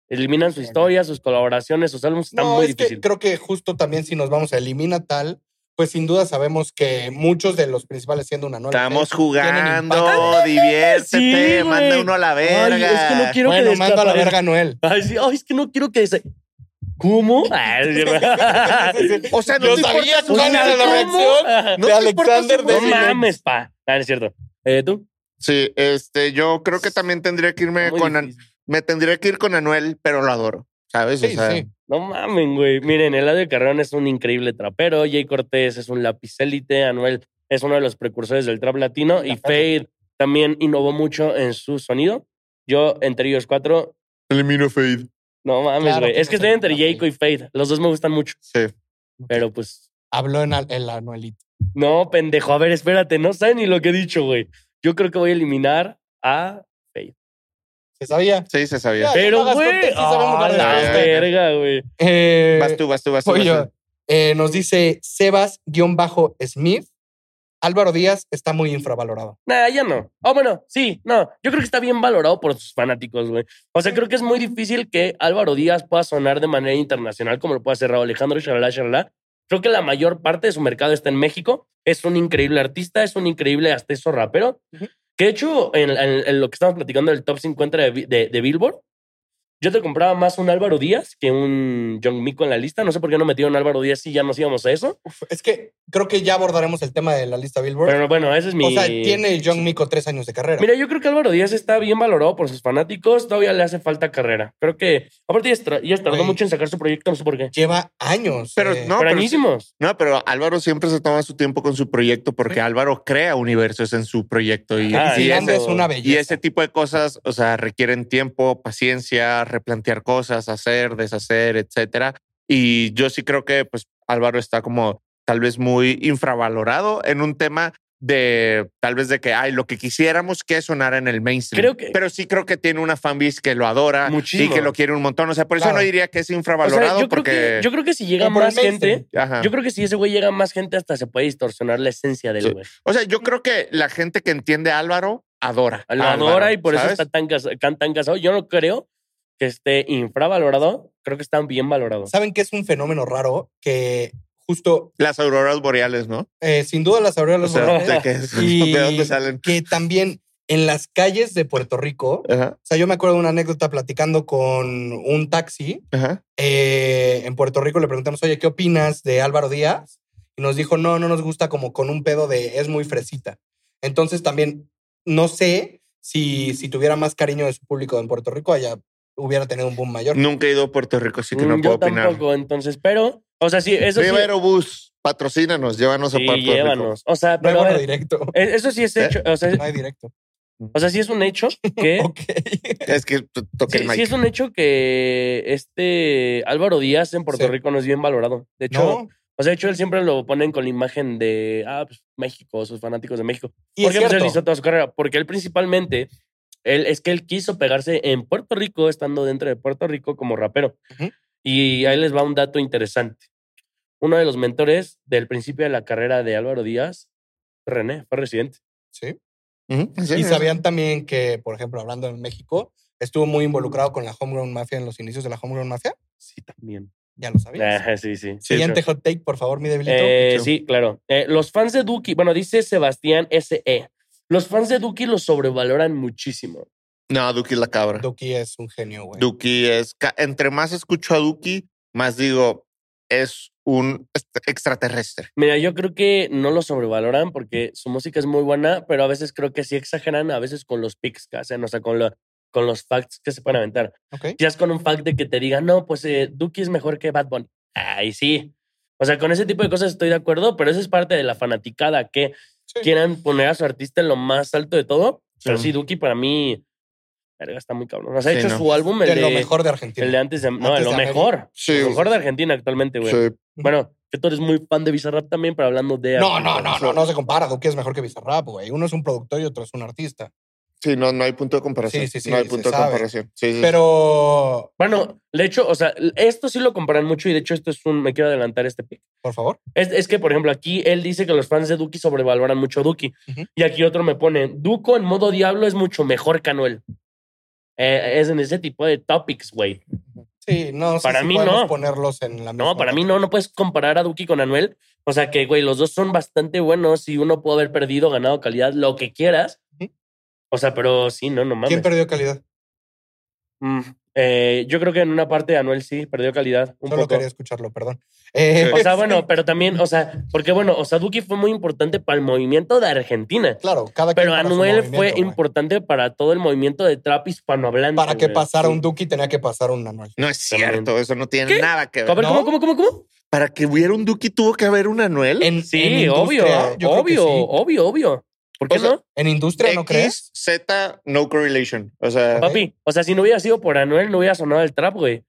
S3: Eliminan su historia, sus colaboraciones, sus álbumes. Está
S2: no,
S3: muy
S2: es
S3: difícil.
S2: que creo que justo también si nos vamos a Elimina Tal, pues sin duda sabemos que muchos de los principales siendo una nueva.
S1: Estamos
S2: impacto.
S1: jugando, diviértete,
S3: Sí, güey.
S1: manda uno a la
S3: Ay,
S1: verga.
S3: es que no quiero que
S2: Bueno, mando a la
S3: desaparezca.
S2: verga a Noel.
S3: Ay, sí, ay, es que no quiero que desa- ¿Cómo? Ah, Ay, sí, güey.
S1: O sea, no
S2: Yo
S1: te
S2: sabía
S1: importa su
S2: cuál era la
S1: género.
S2: reacción.
S3: Ajá.
S1: No
S2: de
S1: te importa
S2: Alexander
S1: su
S2: de
S3: No
S1: género.
S2: Silex.
S3: mames, pa. Ah, no es cierto. Eh, ¿Tú?
S1: Sí, este, yo creo que también tendría que irme
S3: Muy
S1: con An-
S3: difícil.
S1: me tendría que ir con Anuel, pero lo adoro, ¿sabes? O
S2: Sí,
S1: sea,
S2: sí.
S3: No mamen, güey. Miren, Eladio Carrón es un increíble trapero, Jay Cortés es un lapicélite, Anuel es uno de los precursores del trap latino y Fade también innovó mucho en su sonido. Yo, entre ellos cuatro,
S1: Elimino Fade.
S3: no mames,
S2: Claro
S3: güey.
S2: que
S3: es que
S2: no
S3: estoy
S2: sé.
S3: entre Jayco y Fade. Los dos me gustan mucho,
S1: Sí.
S3: pero pues.
S2: Habló en al- el Anuelito.
S3: No, pendejo. A ver, espérate, no saben ni lo que he dicho, güey. Yo creo que voy a eliminar a.
S2: ¿Se sabía?
S1: Sí, se sabía.
S2: Ay,
S3: Pero,
S2: no hagas
S3: güey.
S2: cortes, sí sabemos
S3: ah,
S2: cuál es
S3: la
S1: la verdad.
S3: verga, güey.
S2: Eh,
S1: Vas tú, vas tú, vas tú.
S2: voy
S1: vas
S2: yo.
S1: tú.
S2: Eh, nos dice Sebas-Smith. Álvaro Díaz está muy infravalorado.
S3: Nah, ya no. Oh, bueno, sí, no. Yo creo que está bien valorado por sus fanáticos, güey. O sea, creo que es muy difícil que Álvaro Díaz pueda sonar de manera internacional como lo puede hacer Raúl Alejandro, shalala, shalala. Creo que la mayor parte de su mercado está en México. Es un increíble artista, es un increíble hasta eso rapero.
S2: Ujú.
S3: Que de hecho, en, en- en lo que estamos platicando del top 50 de, Bi- de- de Billboard, yo te compraba más un Álvaro Díaz que un John Mico en la lista. No sé por qué no metieron a Álvaro Díaz si ya nos íbamos a eso.
S2: Uf, es que creo que ya abordaremos el tema de la lista Billboard.
S3: Pero bueno, ese es mi.
S2: O sea, tiene John Mico tres años de carrera.
S3: Mira, yo creo que Álvaro Díaz está bien valorado por sus fanáticos. Todavía le hace falta carrera. Creo que. Aparte, ya, se tra- ya se tardó
S2: Güey.
S3: mucho en sacar su proyecto, no sé por qué.
S2: Lleva años. eh,
S1: Pero no,
S3: Pero
S1: pero
S3: añísimos.
S1: No, pero Álvaro siempre se toma su tiempo con su proyecto porque Álvaro crea universos en su proyecto y,
S3: Ah,
S1: y
S2: Sí,
S3: ese-
S2: es una belleza.
S1: Y ese tipo de cosas, o sea, requieren tiempo, paciencia, replantear cosas, hacer, deshacer, etcétera. Y yo sí creo que, pues, Álvaro está como tal vez muy infravalorado en un tema de tal vez de que hay lo que quisiéramos que sonara en el mainstream.
S3: Creo que-
S1: Pero sí creo que tiene una fanbase que lo adora
S3: Muchísimo.
S1: y que lo quiere un montón. O sea, por eso
S2: Claro.
S1: no diría que es
S3: O sea,
S1: infravalorado
S3: yo, creo
S1: porque.
S3: que, yo creo que si llega
S2: Pero por el
S3: más gente.
S2: mainstream.
S1: Ajá.
S3: Yo creo que si ese güey llega más gente, hasta se puede distorsionar la esencia
S1: Sí.
S3: del güey.
S1: O sea, yo creo que la gente que entiende a Álvaro adora.
S3: Lo
S1: a
S3: adora
S1: Álvaro,
S3: y por eso
S1: ¿sabes?
S3: está tan, cas- tan, tan casado. Yo no creo que esté infravalorado. Creo que están bien valorados.
S2: ¿Saben qué es un fenómeno raro? Que justo,
S1: Las auroras boreales, ¿no?
S2: eh, sin duda las auroras
S1: O sea,
S2: boreales,
S1: de, que-
S2: Y-
S1: ¿de dónde salen.
S2: que también en las calles de Puerto Rico, o
S1: Ajá,
S2: sea, yo me acuerdo de una anécdota platicando con un taxi
S1: ajá.
S2: eh, en Puerto Rico le preguntamos, oye, ¿qué opinas de Álvaro Díaz? Y nos dijo, no, no nos gusta como con un pedo de es muy fresita. Entonces también no sé si, si tuviera más cariño de su público en Puerto Rico, allá hubiera tenido un boom mayor.
S1: Nunca he ido a Puerto Rico, así que no
S3: Mm,
S1: puedo
S3: Yo
S1: opinar.
S3: tampoco, entonces, pero, o sea, sí, eso sí.
S1: Viva Aerobús, patrocínanos, llévanos a
S3: sí,
S1: Puerto Rico.
S3: llévanos. O sea,
S2: No hay
S3: pero a
S2: bueno
S3: ver,
S2: directo.
S3: eh, eso sí es
S1: ¿Eh?
S3: hecho. O sea,
S2: No hay directo.
S3: o sea, sí es un hecho que.
S2: Ok.
S1: Es que to- toqué
S3: Sí,
S1: el
S3: sí
S1: mic.
S3: es un hecho que este Álvaro Díaz en Puerto
S2: Sí.
S3: Rico no es bien valorado. De hecho,
S2: No.
S3: o sea, de hecho él siempre lo ponen con la imagen de ah, pues, México, sus fanáticos de México.
S2: Y es
S3: porque pues, él hizo
S2: cierto.
S3: toda su carrera? Porque él principalmente, él, es que él quiso pegarse en Puerto Rico, estando dentro de Puerto Rico como rapero.
S2: Ujú.
S3: Y ahí les va un dato interesante. Uno de los mentores del principio de la carrera de Álvaro Díaz, René, fue residente.
S2: Sí.
S1: Ujú, ¿en
S2: Y
S1: serio?
S2: sabían también que, por ejemplo, hablando en México, estuvo muy involucrado con la Homegrown Mafia en los inicios de la Homegrown Mafia.
S3: Sí, también.
S2: Ya lo sabías.
S3: Ajá, sí, sí. Sí,
S2: Siguiente
S3: sí.
S2: hot take, por favor, mi debilito.
S3: Eh, sí, claro. Eh, los fans de Duki, bueno, dice Sebastián S.E. Los fans de Duki los sobrevaloran muchísimo.
S1: No, Duki es la cabra.
S2: Doki es un genio, güey.
S1: Duki es. ca- Entre más escucho a Duki, más digo, es un est- extraterrestre.
S3: Mira, yo creo que no lo sobrevaloran porque su música es muy buena, pero a veces creo que sí exageran, a veces con los picks que hacen, o sea, con, la- con los facts que se pueden aventar.
S2: Ok.
S3: Ya es con un fact de que te digan, no, pues eh, Duki es mejor que Bad Bunny. Ay, sí. O sea, con ese tipo de cosas estoy de acuerdo, pero eso es parte de la fanaticada, que
S2: Sí.
S3: quieran poner a su artista en lo más alto de todo. Pero
S1: Sí.
S3: sí, Duki para mí, verga, está muy cabrón. O sea, de
S1: Sí,
S3: hecho
S1: no.
S3: su álbum, el
S2: de
S3: de,
S2: lo mejor de
S3: el de
S2: Argentina.
S3: antes de... No,
S2: Antes
S3: lo
S2: de América.
S3: mejor.
S1: Sí.
S3: Lo mejor de Argentina actualmente, güey.
S1: Sí.
S3: Bueno, que tú eres muy fan de Bizarrap también, pero hablando de...
S2: No, no, no, no, no se compara. Duque es mejor que Bizarrap, güey. Uno es un productor y otro es un artista.
S1: Sí, no, no hay punto de comparación.
S2: Sí, sí, sí,
S1: no hay
S2: se
S1: punto de
S2: sabe.
S1: comparación. Sí, sí,
S2: Pero,
S3: Bueno, de hecho, o sea, esto sí lo comparan mucho y de hecho esto es un... Me quiero adelantar este pick.
S2: por favor.
S3: Es, es que, por ejemplo, aquí él dice que los fans de Duki sobrevaloran mucho a Duki.
S2: Ujú.
S3: Y aquí otro me pone, Duco en modo diablo es mucho mejor que Anuel. Eh, es en ese tipo de topics, güey.
S2: Sí, no sé
S3: Para
S2: si
S3: mí
S2: podemos
S3: no.
S2: ponerlos en la misma.
S3: No, para mí no, no puedes comparar a Duki con Anuel. O sea que, güey, los dos son bastante buenos y uno puede haber perdido, ganado calidad, lo que quieras.
S2: Ujú.
S3: O sea, pero sí, no, no mames.
S2: ¿Quién perdió calidad?
S3: Mm, eh, yo creo que en una parte de Anuel sí perdió calidad un
S2: Solo
S3: poco.
S2: quería escucharlo, perdón. Eh,
S3: O sea, bueno, pero también, o sea, porque bueno, o sea, Duki fue muy importante para el movimiento de Argentina.
S2: claro, cada quien
S3: Pero
S2: para su
S3: Anuel
S2: movimiento,
S3: fue
S2: güey.
S3: importante para todo el movimiento de trap hispanohablante.
S2: Para que
S3: güey.
S2: pasara
S3: Sí.
S2: un Duki tenía que pasar un Anuel.
S1: No es cierto,
S3: También.
S1: eso no tiene
S3: ¿Qué?
S1: nada que
S3: A
S1: ver.
S3: ver, ¿cómo,
S2: ¿No?
S3: cómo, cómo, cómo?
S1: Para que hubiera un Duki tuvo que haber un Anuel.
S2: En, en
S3: Sí,
S2: industria,
S3: obvio,
S2: yo creo que
S3: obvio,
S2: sí.
S3: obvio, obvio. ¿Por
S1: O
S3: qué
S1: sea,
S3: no?
S2: En industria, ¿no
S1: X,
S2: crees?
S1: Z, no correlation. O sea,
S2: Ajá.
S3: Papi, o sea, si no hubiera sido por Anuel, no hubiera sonado el trap, güey.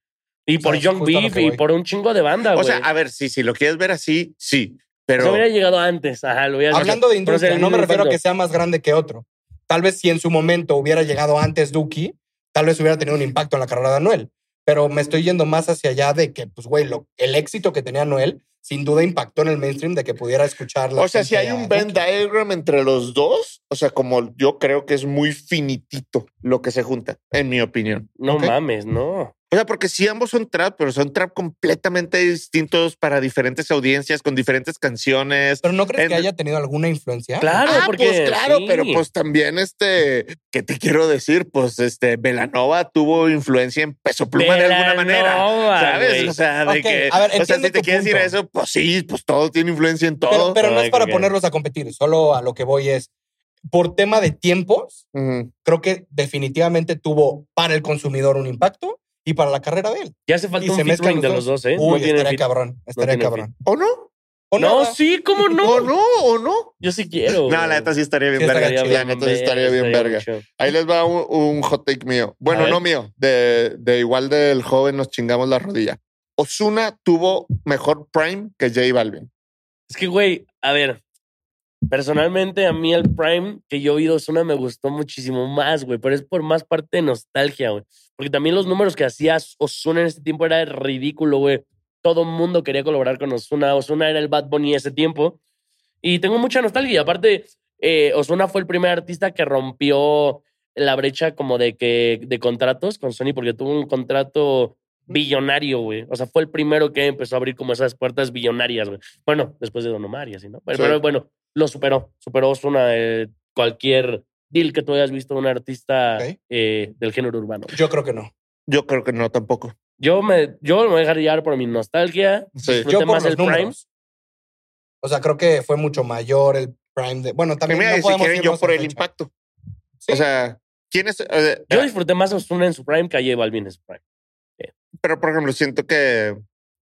S3: Y por
S2: Sabes,
S3: Young
S2: justo a lo
S3: Beef
S2: que
S3: y
S2: voy.
S3: por un chingo de banda,
S1: o
S3: Ah, güey.
S1: sea, a ver, sí, si lo quieres ver así, sí. Pero
S3: O sea, hubiera llegado antes. Ajá, lo hubiera
S2: Hablando de
S3: pero es el
S2: industria, no me
S3: mismo
S2: refiero a que
S3: impacto.
S2: sea más grande que otro. Tal vez si en su momento hubiera llegado antes Duki, tal vez hubiera tenido un impacto en la carrera de Anuel. Pero me estoy yendo más hacia allá de que, pues, güey, lo- el éxito que tenía Anuel sin duda impactó en el mainstream de que pudiera escuchar la
S1: O sea,
S2: gente
S1: si hay
S2: a
S1: un
S2: Duki.
S1: Venn diagram entre los dos, o sea, como yo creo que es muy finitito lo que se junta, en mi opinión.
S3: No
S2: Ok.
S3: mames, no.
S1: O sea, porque sí ambos son trap, pero son trap completamente distintos para diferentes audiencias, con diferentes canciones.
S2: Pero no crees que
S1: en-
S2: haya tenido alguna influencia.
S3: Claro,
S1: Ah,
S3: porque.
S1: pues claro,
S3: sí.
S1: pero pues también este, ¿qué te quiero decir? Pues este, Velanova tuvo influencia en Peso Pluma de alguna manera.
S3: Velanova,
S1: ¿Sabes?
S3: güey.
S1: O sea, de
S2: Ok,
S1: que.
S2: a ver,
S1: o sea,
S2: entiendo
S1: si te
S2: tu
S1: quieres decir
S2: punto.
S1: eso, pues sí, pues todo tiene influencia en
S2: Pero,
S1: todo.
S2: pero no
S3: Ay,
S2: es para
S3: qué
S2: ponerlos a competir, solo a lo que voy es, por tema de tiempos,
S1: Ujú.
S2: creo que definitivamente tuvo para el consumidor un impacto y para la carrera de él.
S3: Ya hace falta
S2: y
S3: un
S2: se mezclan
S3: featuring de los
S2: los
S3: dos, ¿eh?
S2: Uy,
S3: no tiene
S2: estaría
S3: feat.
S2: cabrón, estaría
S3: tiene
S2: cabrón.
S1: ¿O no?
S2: ¿O
S3: No,
S2: nada?
S3: sí, ¿cómo
S1: ¿O
S3: no?
S1: no? ¿O no?
S3: Yo sí quiero.
S1: No, la neta sí estaría bien
S2: Sí,
S1: verga.
S2: estaría
S1: La neta sí estaría bien verga. Ahí les va un, un hot take mío.
S3: A
S1: Bueno,
S3: ver.
S1: no mío. De, de igual del joven nos chingamos la rodilla. Osuna tuvo mejor prime que J Balvin.
S3: Es que, güey, a ver. Personalmente, a mí el Prime que yo vi de Ozuna me gustó muchísimo más, güey. Pero es por más parte de nostalgia, güey. Porque también los números que hacía Ozuna en ese tiempo era ridículo, güey. Todo el mundo quería colaborar con Ozuna. Ozuna era el Bad Bunny ese tiempo. Y tengo mucha nostalgia. Aparte, eh, Osuna fue el primer artista que rompió la brecha como de que de contratos con Sony porque tuvo un contrato billonario, güey. O sea, fue el primero que empezó a abrir como esas puertas billonarias, güey. Bueno, después de Don Omar y así, ¿no? Pero,
S1: Sí.
S3: pero bueno, lo superó. Superó Osuna cualquier deal que tú hayas visto de un artista
S2: Ok.
S3: eh, del género urbano.
S2: Yo creo que no.
S1: Yo creo que no tampoco.
S3: Yo me, yo me voy a dejar llevar por mi nostalgia.
S1: Sí.
S3: Disfruté
S2: Yo por
S3: más
S2: los
S3: el Prime.
S2: números. O sea, creo que fue mucho mayor el Prime de. Bueno,
S1: Que
S2: también.
S1: mira,
S2: no
S1: y si
S2: podemos
S1: quieren, yo
S2: irnos
S1: por
S2: en
S1: el
S2: fecha.
S1: impacto.
S2: Sí.
S1: O sea, ¿quién es? eh,
S3: Yo disfruté más a Ozuna en su Prime que a J Balvin en su Prime.
S1: Pero, por ejemplo, siento que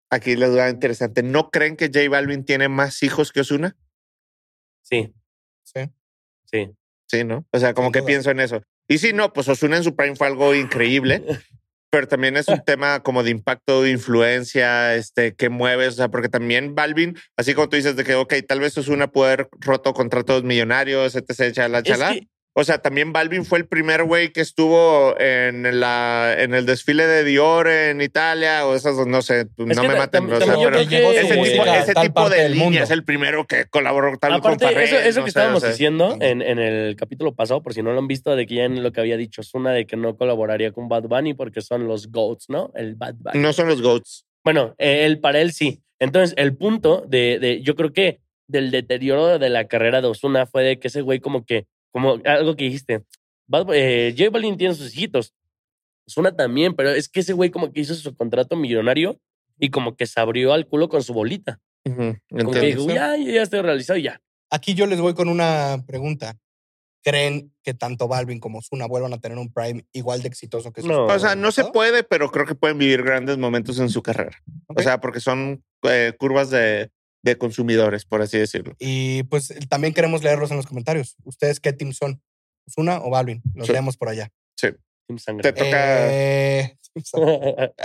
S1: aquí la duda interesante. ¿No creen que J Balvin tiene más hijos que Osuna?
S3: Sí,
S2: Sí.
S3: sí.
S1: Sí, ¿no? O sea, como
S2: Sin
S1: que
S2: duda.
S1: pienso en eso. Y sí, no, pues Osuna en su prime fue algo increíble. Pero también es
S3: Ah.
S1: un tema como de impacto, de influencia, este, que mueves, o sea, porque también Balvin, así como tú dices de que, ok, tal vez Osuna puede haber roto contratos millonarios, etc., chala,
S3: Es
S1: chala.
S3: que-
S1: O sea, también Balvin fue el primer güey que estuvo en, la, en el desfile de Dior en Italia o esas, no sé,
S3: que
S1: no me
S3: ta-
S1: maten.
S3: tam-
S1: o sea,
S3: también yo
S1: pero
S3: creo que-
S1: ese
S3: su
S1: tipo,
S3: música
S1: ese
S2: tal
S1: tipo
S2: parte
S1: de
S2: del
S1: línea
S2: mundo.
S1: es el primero que colaboró tal
S3: Aparte,
S1: con Farrell,
S3: eso, eso
S1: no
S3: que
S1: sé, o
S3: estábamos
S1: sea.
S3: diciendo
S2: Ujú.
S3: en, en el capítulo pasado, por si no lo han visto, de que ya en lo que había dicho Zuna de que no colaboraría con Bad Bunny porque son los GOATs, ¿no? El Bad Bunny.
S1: No son los GOATs.
S3: Bueno, eh, él para él sí. Entonces, el punto de, de- yo creo que del deterioro de la carrera de Osuna fue de que ese güey como que, como algo que dijiste, Bad Bu- eh, J Balvin tiene sus hijitos, Osuna también, pero es que ese güey como que hizo su contrato millonario y como que se abrió al culo con su bolita. Como que
S1: Entiendo.
S3: dijo, ya, yo ya estoy realizado y ya.
S2: Aquí yo les voy con una pregunta. ¿Creen que tanto Balvin como Zuna vuelvan a tener un Prime igual de exitoso que sus
S3: No.
S1: O sea, no se
S2: ¿no?
S1: puede, pero creo que pueden vivir grandes momentos en su carrera.
S2: Ok.
S1: O sea, porque son eh, curvas de, de consumidores, por así decirlo.
S2: Y pues también queremos leerlos en los comentarios. ¿Ustedes qué team son? ¿Zuna o Balvin? Los
S1: Sí.
S2: leemos por allá.
S3: Team
S1: Te
S3: Sangre.
S1: toca.
S2: Eh,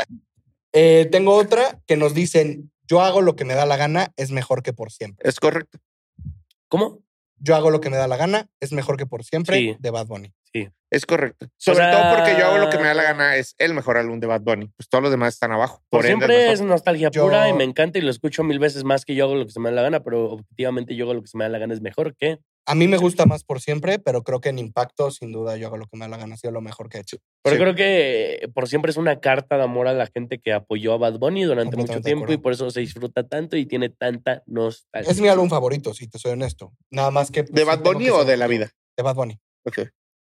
S2: eh, tengo otra que nos dicen, yo hago lo que me da la gana, es mejor que por siempre.
S1: Es correcto.
S3: ¿Cómo?
S2: Yo hago lo que me da la gana, es mejor que por siempre,
S3: Sí.
S2: de Bad Bunny.
S1: Es correcto. Sobre
S3: sea-
S1: todo porque yo hago lo que me da la gana. Es el mejor álbum de Bad Bunny. Pues todos los demás están abajo.
S3: Por,
S1: Por ende,
S3: siempre
S1: mejor.
S3: es nostalgia
S2: Yo-
S3: pura y me encanta y lo escucho mil veces más que yo hago lo que se me da la gana, pero objetivamente yo hago lo que se me da la gana es mejor que
S2: A mí me gusta más por siempre, pero creo que en impacto, sin duda, yo hago lo que me da la gana, ha sido lo mejor que he hecho.
S3: Pero
S1: Sí.
S3: creo que eh, por siempre es una carta de amor a la gente que apoyó a Bad Bunny durante mucho
S2: Completamente de
S3: tiempo y
S2: acuerdo.
S3: por eso se disfruta tanto y tiene tanta nostalgia. Ah,
S2: Es mi álbum favorito, si te soy honesto. Nada más que... pues,
S1: ¿De
S2: sí
S1: Bad
S2: tengo
S1: Bunny
S2: que
S1: o
S2: ser-
S1: de la vida?
S2: De Bad Bunny.
S1: Ok.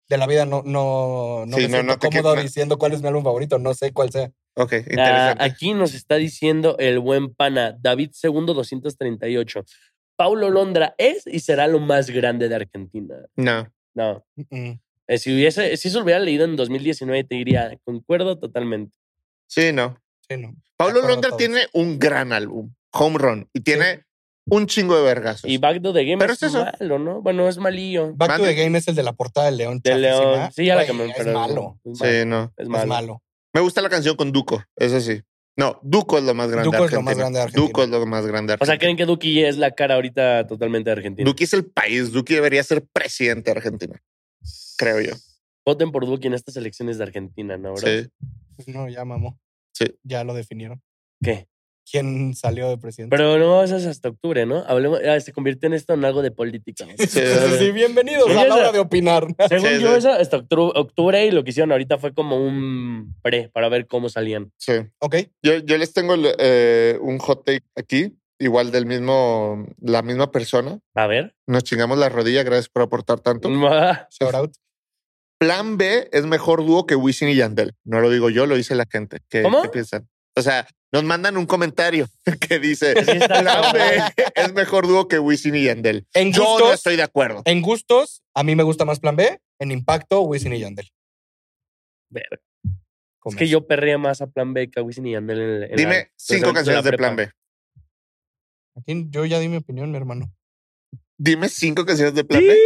S2: De la vida no, no, no
S1: Sí,
S2: me
S1: no,
S2: siento
S1: no te ah.
S2: cómodo
S1: quie- no.
S2: diciendo cuál es mi álbum favorito. No sé cuál sea.
S1: Ok,
S3: Ah,
S1: interesante.
S3: aquí nos está diciendo el buen pana David Segundo 238. Paulo Londra es y será lo más grande de Argentina.
S1: no.
S3: No.
S2: Mm-mm.
S3: Eh, Si, hubiese, si eso lo hubiera leído en 2019, te diría, concuerdo totalmente.
S1: Sí, no.
S2: Sí, no.
S1: Pablo
S2: acuerdo
S1: Londra
S2: todos.
S1: tiene un gran álbum, Home Run, y tiene un chingo de vergazos.
S3: Y Back to the Game
S1: Pero
S3: es
S1: es eso.
S3: malo, ¿no? Bueno, es malillo.
S2: este Back to
S1: Mande.
S2: the Game es el de la portada del León.
S3: Del
S2: chafísima.
S3: León. Sí, ya la
S2: Güey,
S3: cambiaron,
S2: Es
S3: pero
S2: malo.
S3: Es malo.
S1: sí, no.
S3: Es
S2: Es
S3: malo.
S2: malo.
S1: Me gusta la canción con Duco, eso sí. No, Duco es lo más grande.
S2: Duco
S1: de
S2: es lo más
S1: Argentina.
S2: grande de Argentina.
S1: Duco es lo más grande. de
S3: O sea,
S1: Argentina.
S3: ¿creen que Duki es la cara ahorita totalmente de Argentina?
S1: Duque es el país, Duque debería ser presidente de Argentina, creo yo.
S3: Voten por Duki en estas elecciones de Argentina, ¿no, bro?
S1: Sí.
S2: Pues No, ya mamó.
S1: Sí.
S2: Ya lo definieron.
S3: ¿Qué?
S2: ¿Quién salió de presidente?
S3: Pero no vamos hasta octubre, ¿no? Hablemos, ah, se convirtió en esto en algo de política.
S2: Sí, sí,
S1: dale.
S2: sí, bienvenidos
S3: Ella
S2: a
S3: es
S2: la
S3: la-
S2: hora de opinar.
S3: Según
S1: Sí,
S3: yo,
S1: sí.
S3: eso hasta octru- octubre y lo que hicieron ahorita fue como un pre para ver cómo salían.
S1: Sí.
S2: ok.
S1: Yo, yo les tengo el, eh, un hot take aquí, igual del mismo, la misma persona.
S3: A ver.
S1: Nos chingamos la rodilla, gracias por aportar tanto.
S3: Ma-
S2: Shout out.
S1: Plan B es mejor dúo que Wisin y Yandel. No lo digo yo, lo dice la gente. ¿Qué,
S3: ¿Cómo?
S1: qué piensan? O sea, nos mandan un comentario que dice
S3: Sí está
S1: Plan
S3: cabrón.
S1: B es mejor dúo que Wisin y Yandel.
S2: En
S1: Yo
S2: gustos,
S1: no estoy de acuerdo.
S2: en gustos, a mí me gusta más Plan B. En impacto, Wisin y Yandel.
S3: Verga. Es
S2: Come.
S3: que yo perría más a Plan B que a Wisin y Yandel en, en la-
S1: Dime
S2: pues,
S1: cinco
S3: durante la
S1: canciones de
S3: prepa.
S1: Plan B.
S2: Aquí yo ya di mi opinión, mi hermano.
S1: Dime cinco canciones de Plan B.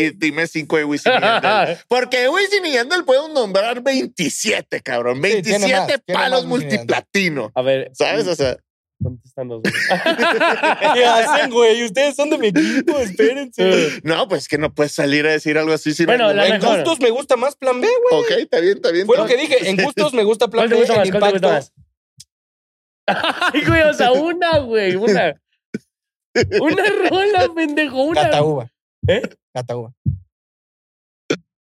S1: Y dime cinco de Wisin y Yandel. Porque Wisin y Yandel podemos nombrar 27, cabrón.
S2: Sí, tiene
S1: 27
S2: más, tiene
S1: palos
S2: más Wisin y Yandel.
S1: multiplatino.
S3: A ver.
S1: ¿Sabes? O sea,
S3: Contestan los dos.
S2: ¿Qué hacen, güey? Ustedes son de mi equipo, espérense.
S1: no, pues que no puedes salir a decir algo así sin
S3: Bueno, la
S2: en
S1: argumento.
S3: mejor.
S2: gustos me gusta más Plan B, güey.
S1: Ok, está bien, está bien.
S2: Fue lo
S1: está
S2: que
S1: bien.
S2: dije. En gustos me gusta
S3: ¿Cuál
S2: Plan
S3: te
S2: B.
S3: gusta
S2: en
S3: más? ¿Cuál te gusta
S2: impacto,
S3: más? Ay, güey, o sea, una, güey, una. Una rola, pendejo. Una.
S2: Gata uva.
S3: ¿Eh?
S2: Gata uva.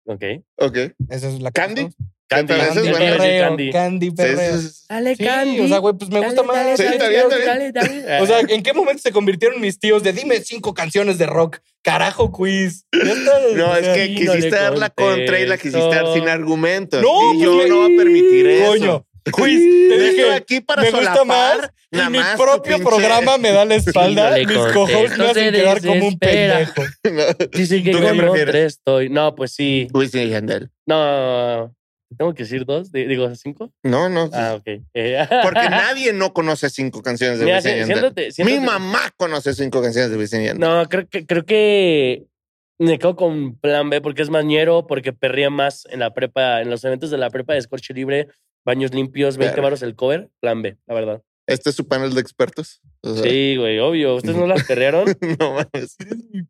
S3: Ok.
S1: Ok.
S2: Esa es la
S1: ¿Candy?
S2: canción.
S1: Candy.
S3: Candy,
S1: Esa
S3: Candy,
S1: es buena.
S3: Candy.
S2: Perreo, Candy,
S1: Sí, esa
S2: perreo.
S1: es-
S3: Dale,
S2: Sí,
S3: Candy.
S2: o sea, güey, pues me gusta
S3: Dale,
S2: más.
S1: Sí,
S3: dale,
S1: está
S3: dale,
S1: bien, está
S3: dale, dale.
S2: O sea, ¿en qué momento se convirtieron mis tíos de dime cinco canciones de rock? Carajo, quiz. Ya está,
S1: No,
S2: o
S1: es
S2: sea,
S1: que
S3: no
S1: quisiste
S3: le
S1: dar la contra y la
S3: contesto.
S1: quisiste dar sin argumentos.
S2: No,
S1: y yo
S2: pues,
S1: no voy a permitir eso.
S2: Coño, quiz, te
S1: Vengo
S2: dije.
S1: aquí para
S2: me gusta
S1: solapar
S2: más y
S1: nada
S2: mi
S1: más tu
S2: propio
S1: pinche-
S2: programa me da la espalda.
S3: No le
S2: mis
S3: contesto,
S2: cojos me hacen
S3: se
S2: quedar como un
S3: desespera.
S2: pendejo.
S1: No.
S3: Dice que
S1: ¿Tú qué
S3: con
S1: prefieres?
S3: otra estoy. No, pues sí.
S1: Uy, sí, Yandel.
S3: No. ¿Tengo que decir dos? Di- Digo, cinco.
S1: No, no.
S3: Ah, ok. Eh,
S1: Porque nadie no conoce cinco canciones de
S3: Mira, si-
S1: Wisin y Yandel.
S3: siéntate,
S1: Mi
S3: siéntate.
S1: mamá conoce cinco canciones de Wisin y Yandel.
S3: No, creo que, creo que me quedo con plan B porque es mañero, porque perría más en la prepa, en los eventos de la prepa de escorche libre, baños limpios, 20
S1: Verga.
S3: varos el cover, plan B, la verdad.
S1: Este es su panel de expertos. O sea,
S3: Sí, güey, obvio. ¿Ustedes no las perrearon?
S1: No mames.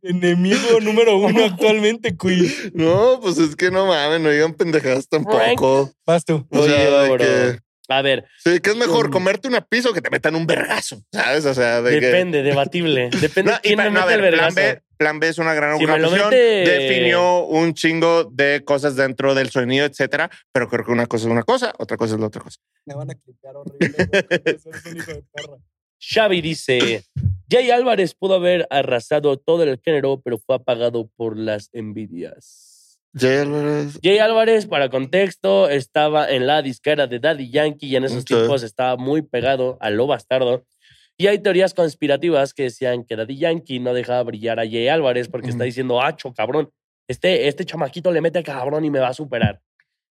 S2: Enemigo número uno actualmente, quiz.
S1: No, pues es que no mames, no digan pendejadas tampoco.
S2: Vas tú.
S1: O
S3: Oye,
S1: sea, de
S3: bro.
S1: que,
S3: A ver,
S1: sí, que es mejor
S3: Mm.
S1: comerte una pizza o que te metan un vergazo, ¿sabes? O sea, de que-
S3: depende, debatible. Depende
S1: No,
S3: de
S1: y
S3: quién
S1: pa-
S3: me
S1: no, a
S3: mete el
S1: ver, plan,
S3: vergazo.
S1: B, plan B es una gran
S3: Si me lo
S1: organización.
S3: mete-
S1: Definió un chingo de cosas dentro del sonido, etcétera. Pero creo que una cosa es una cosa, otra cosa es la otra cosa.
S2: Me van a clipear horrible. güey, porque soy un hijo de perra.
S3: Xavi dice, Jay Álvarez pudo haber arrasado todo el género, pero fue apagado por las envidias.
S1: Jay Álvarez,
S3: Jay Álvarez, para contexto, estaba en la disquera de Daddy Yankee y en esos
S1: Ok.
S3: tiempos estaba muy pegado a lo bastardo. Y hay teorías conspirativas que decían que Daddy Yankee no dejaba brillar a Jay Álvarez porque está
S1: Ujú.
S3: diciendo, acho, cabrón, este, este chamaquito le mete cabrón y me va a superar.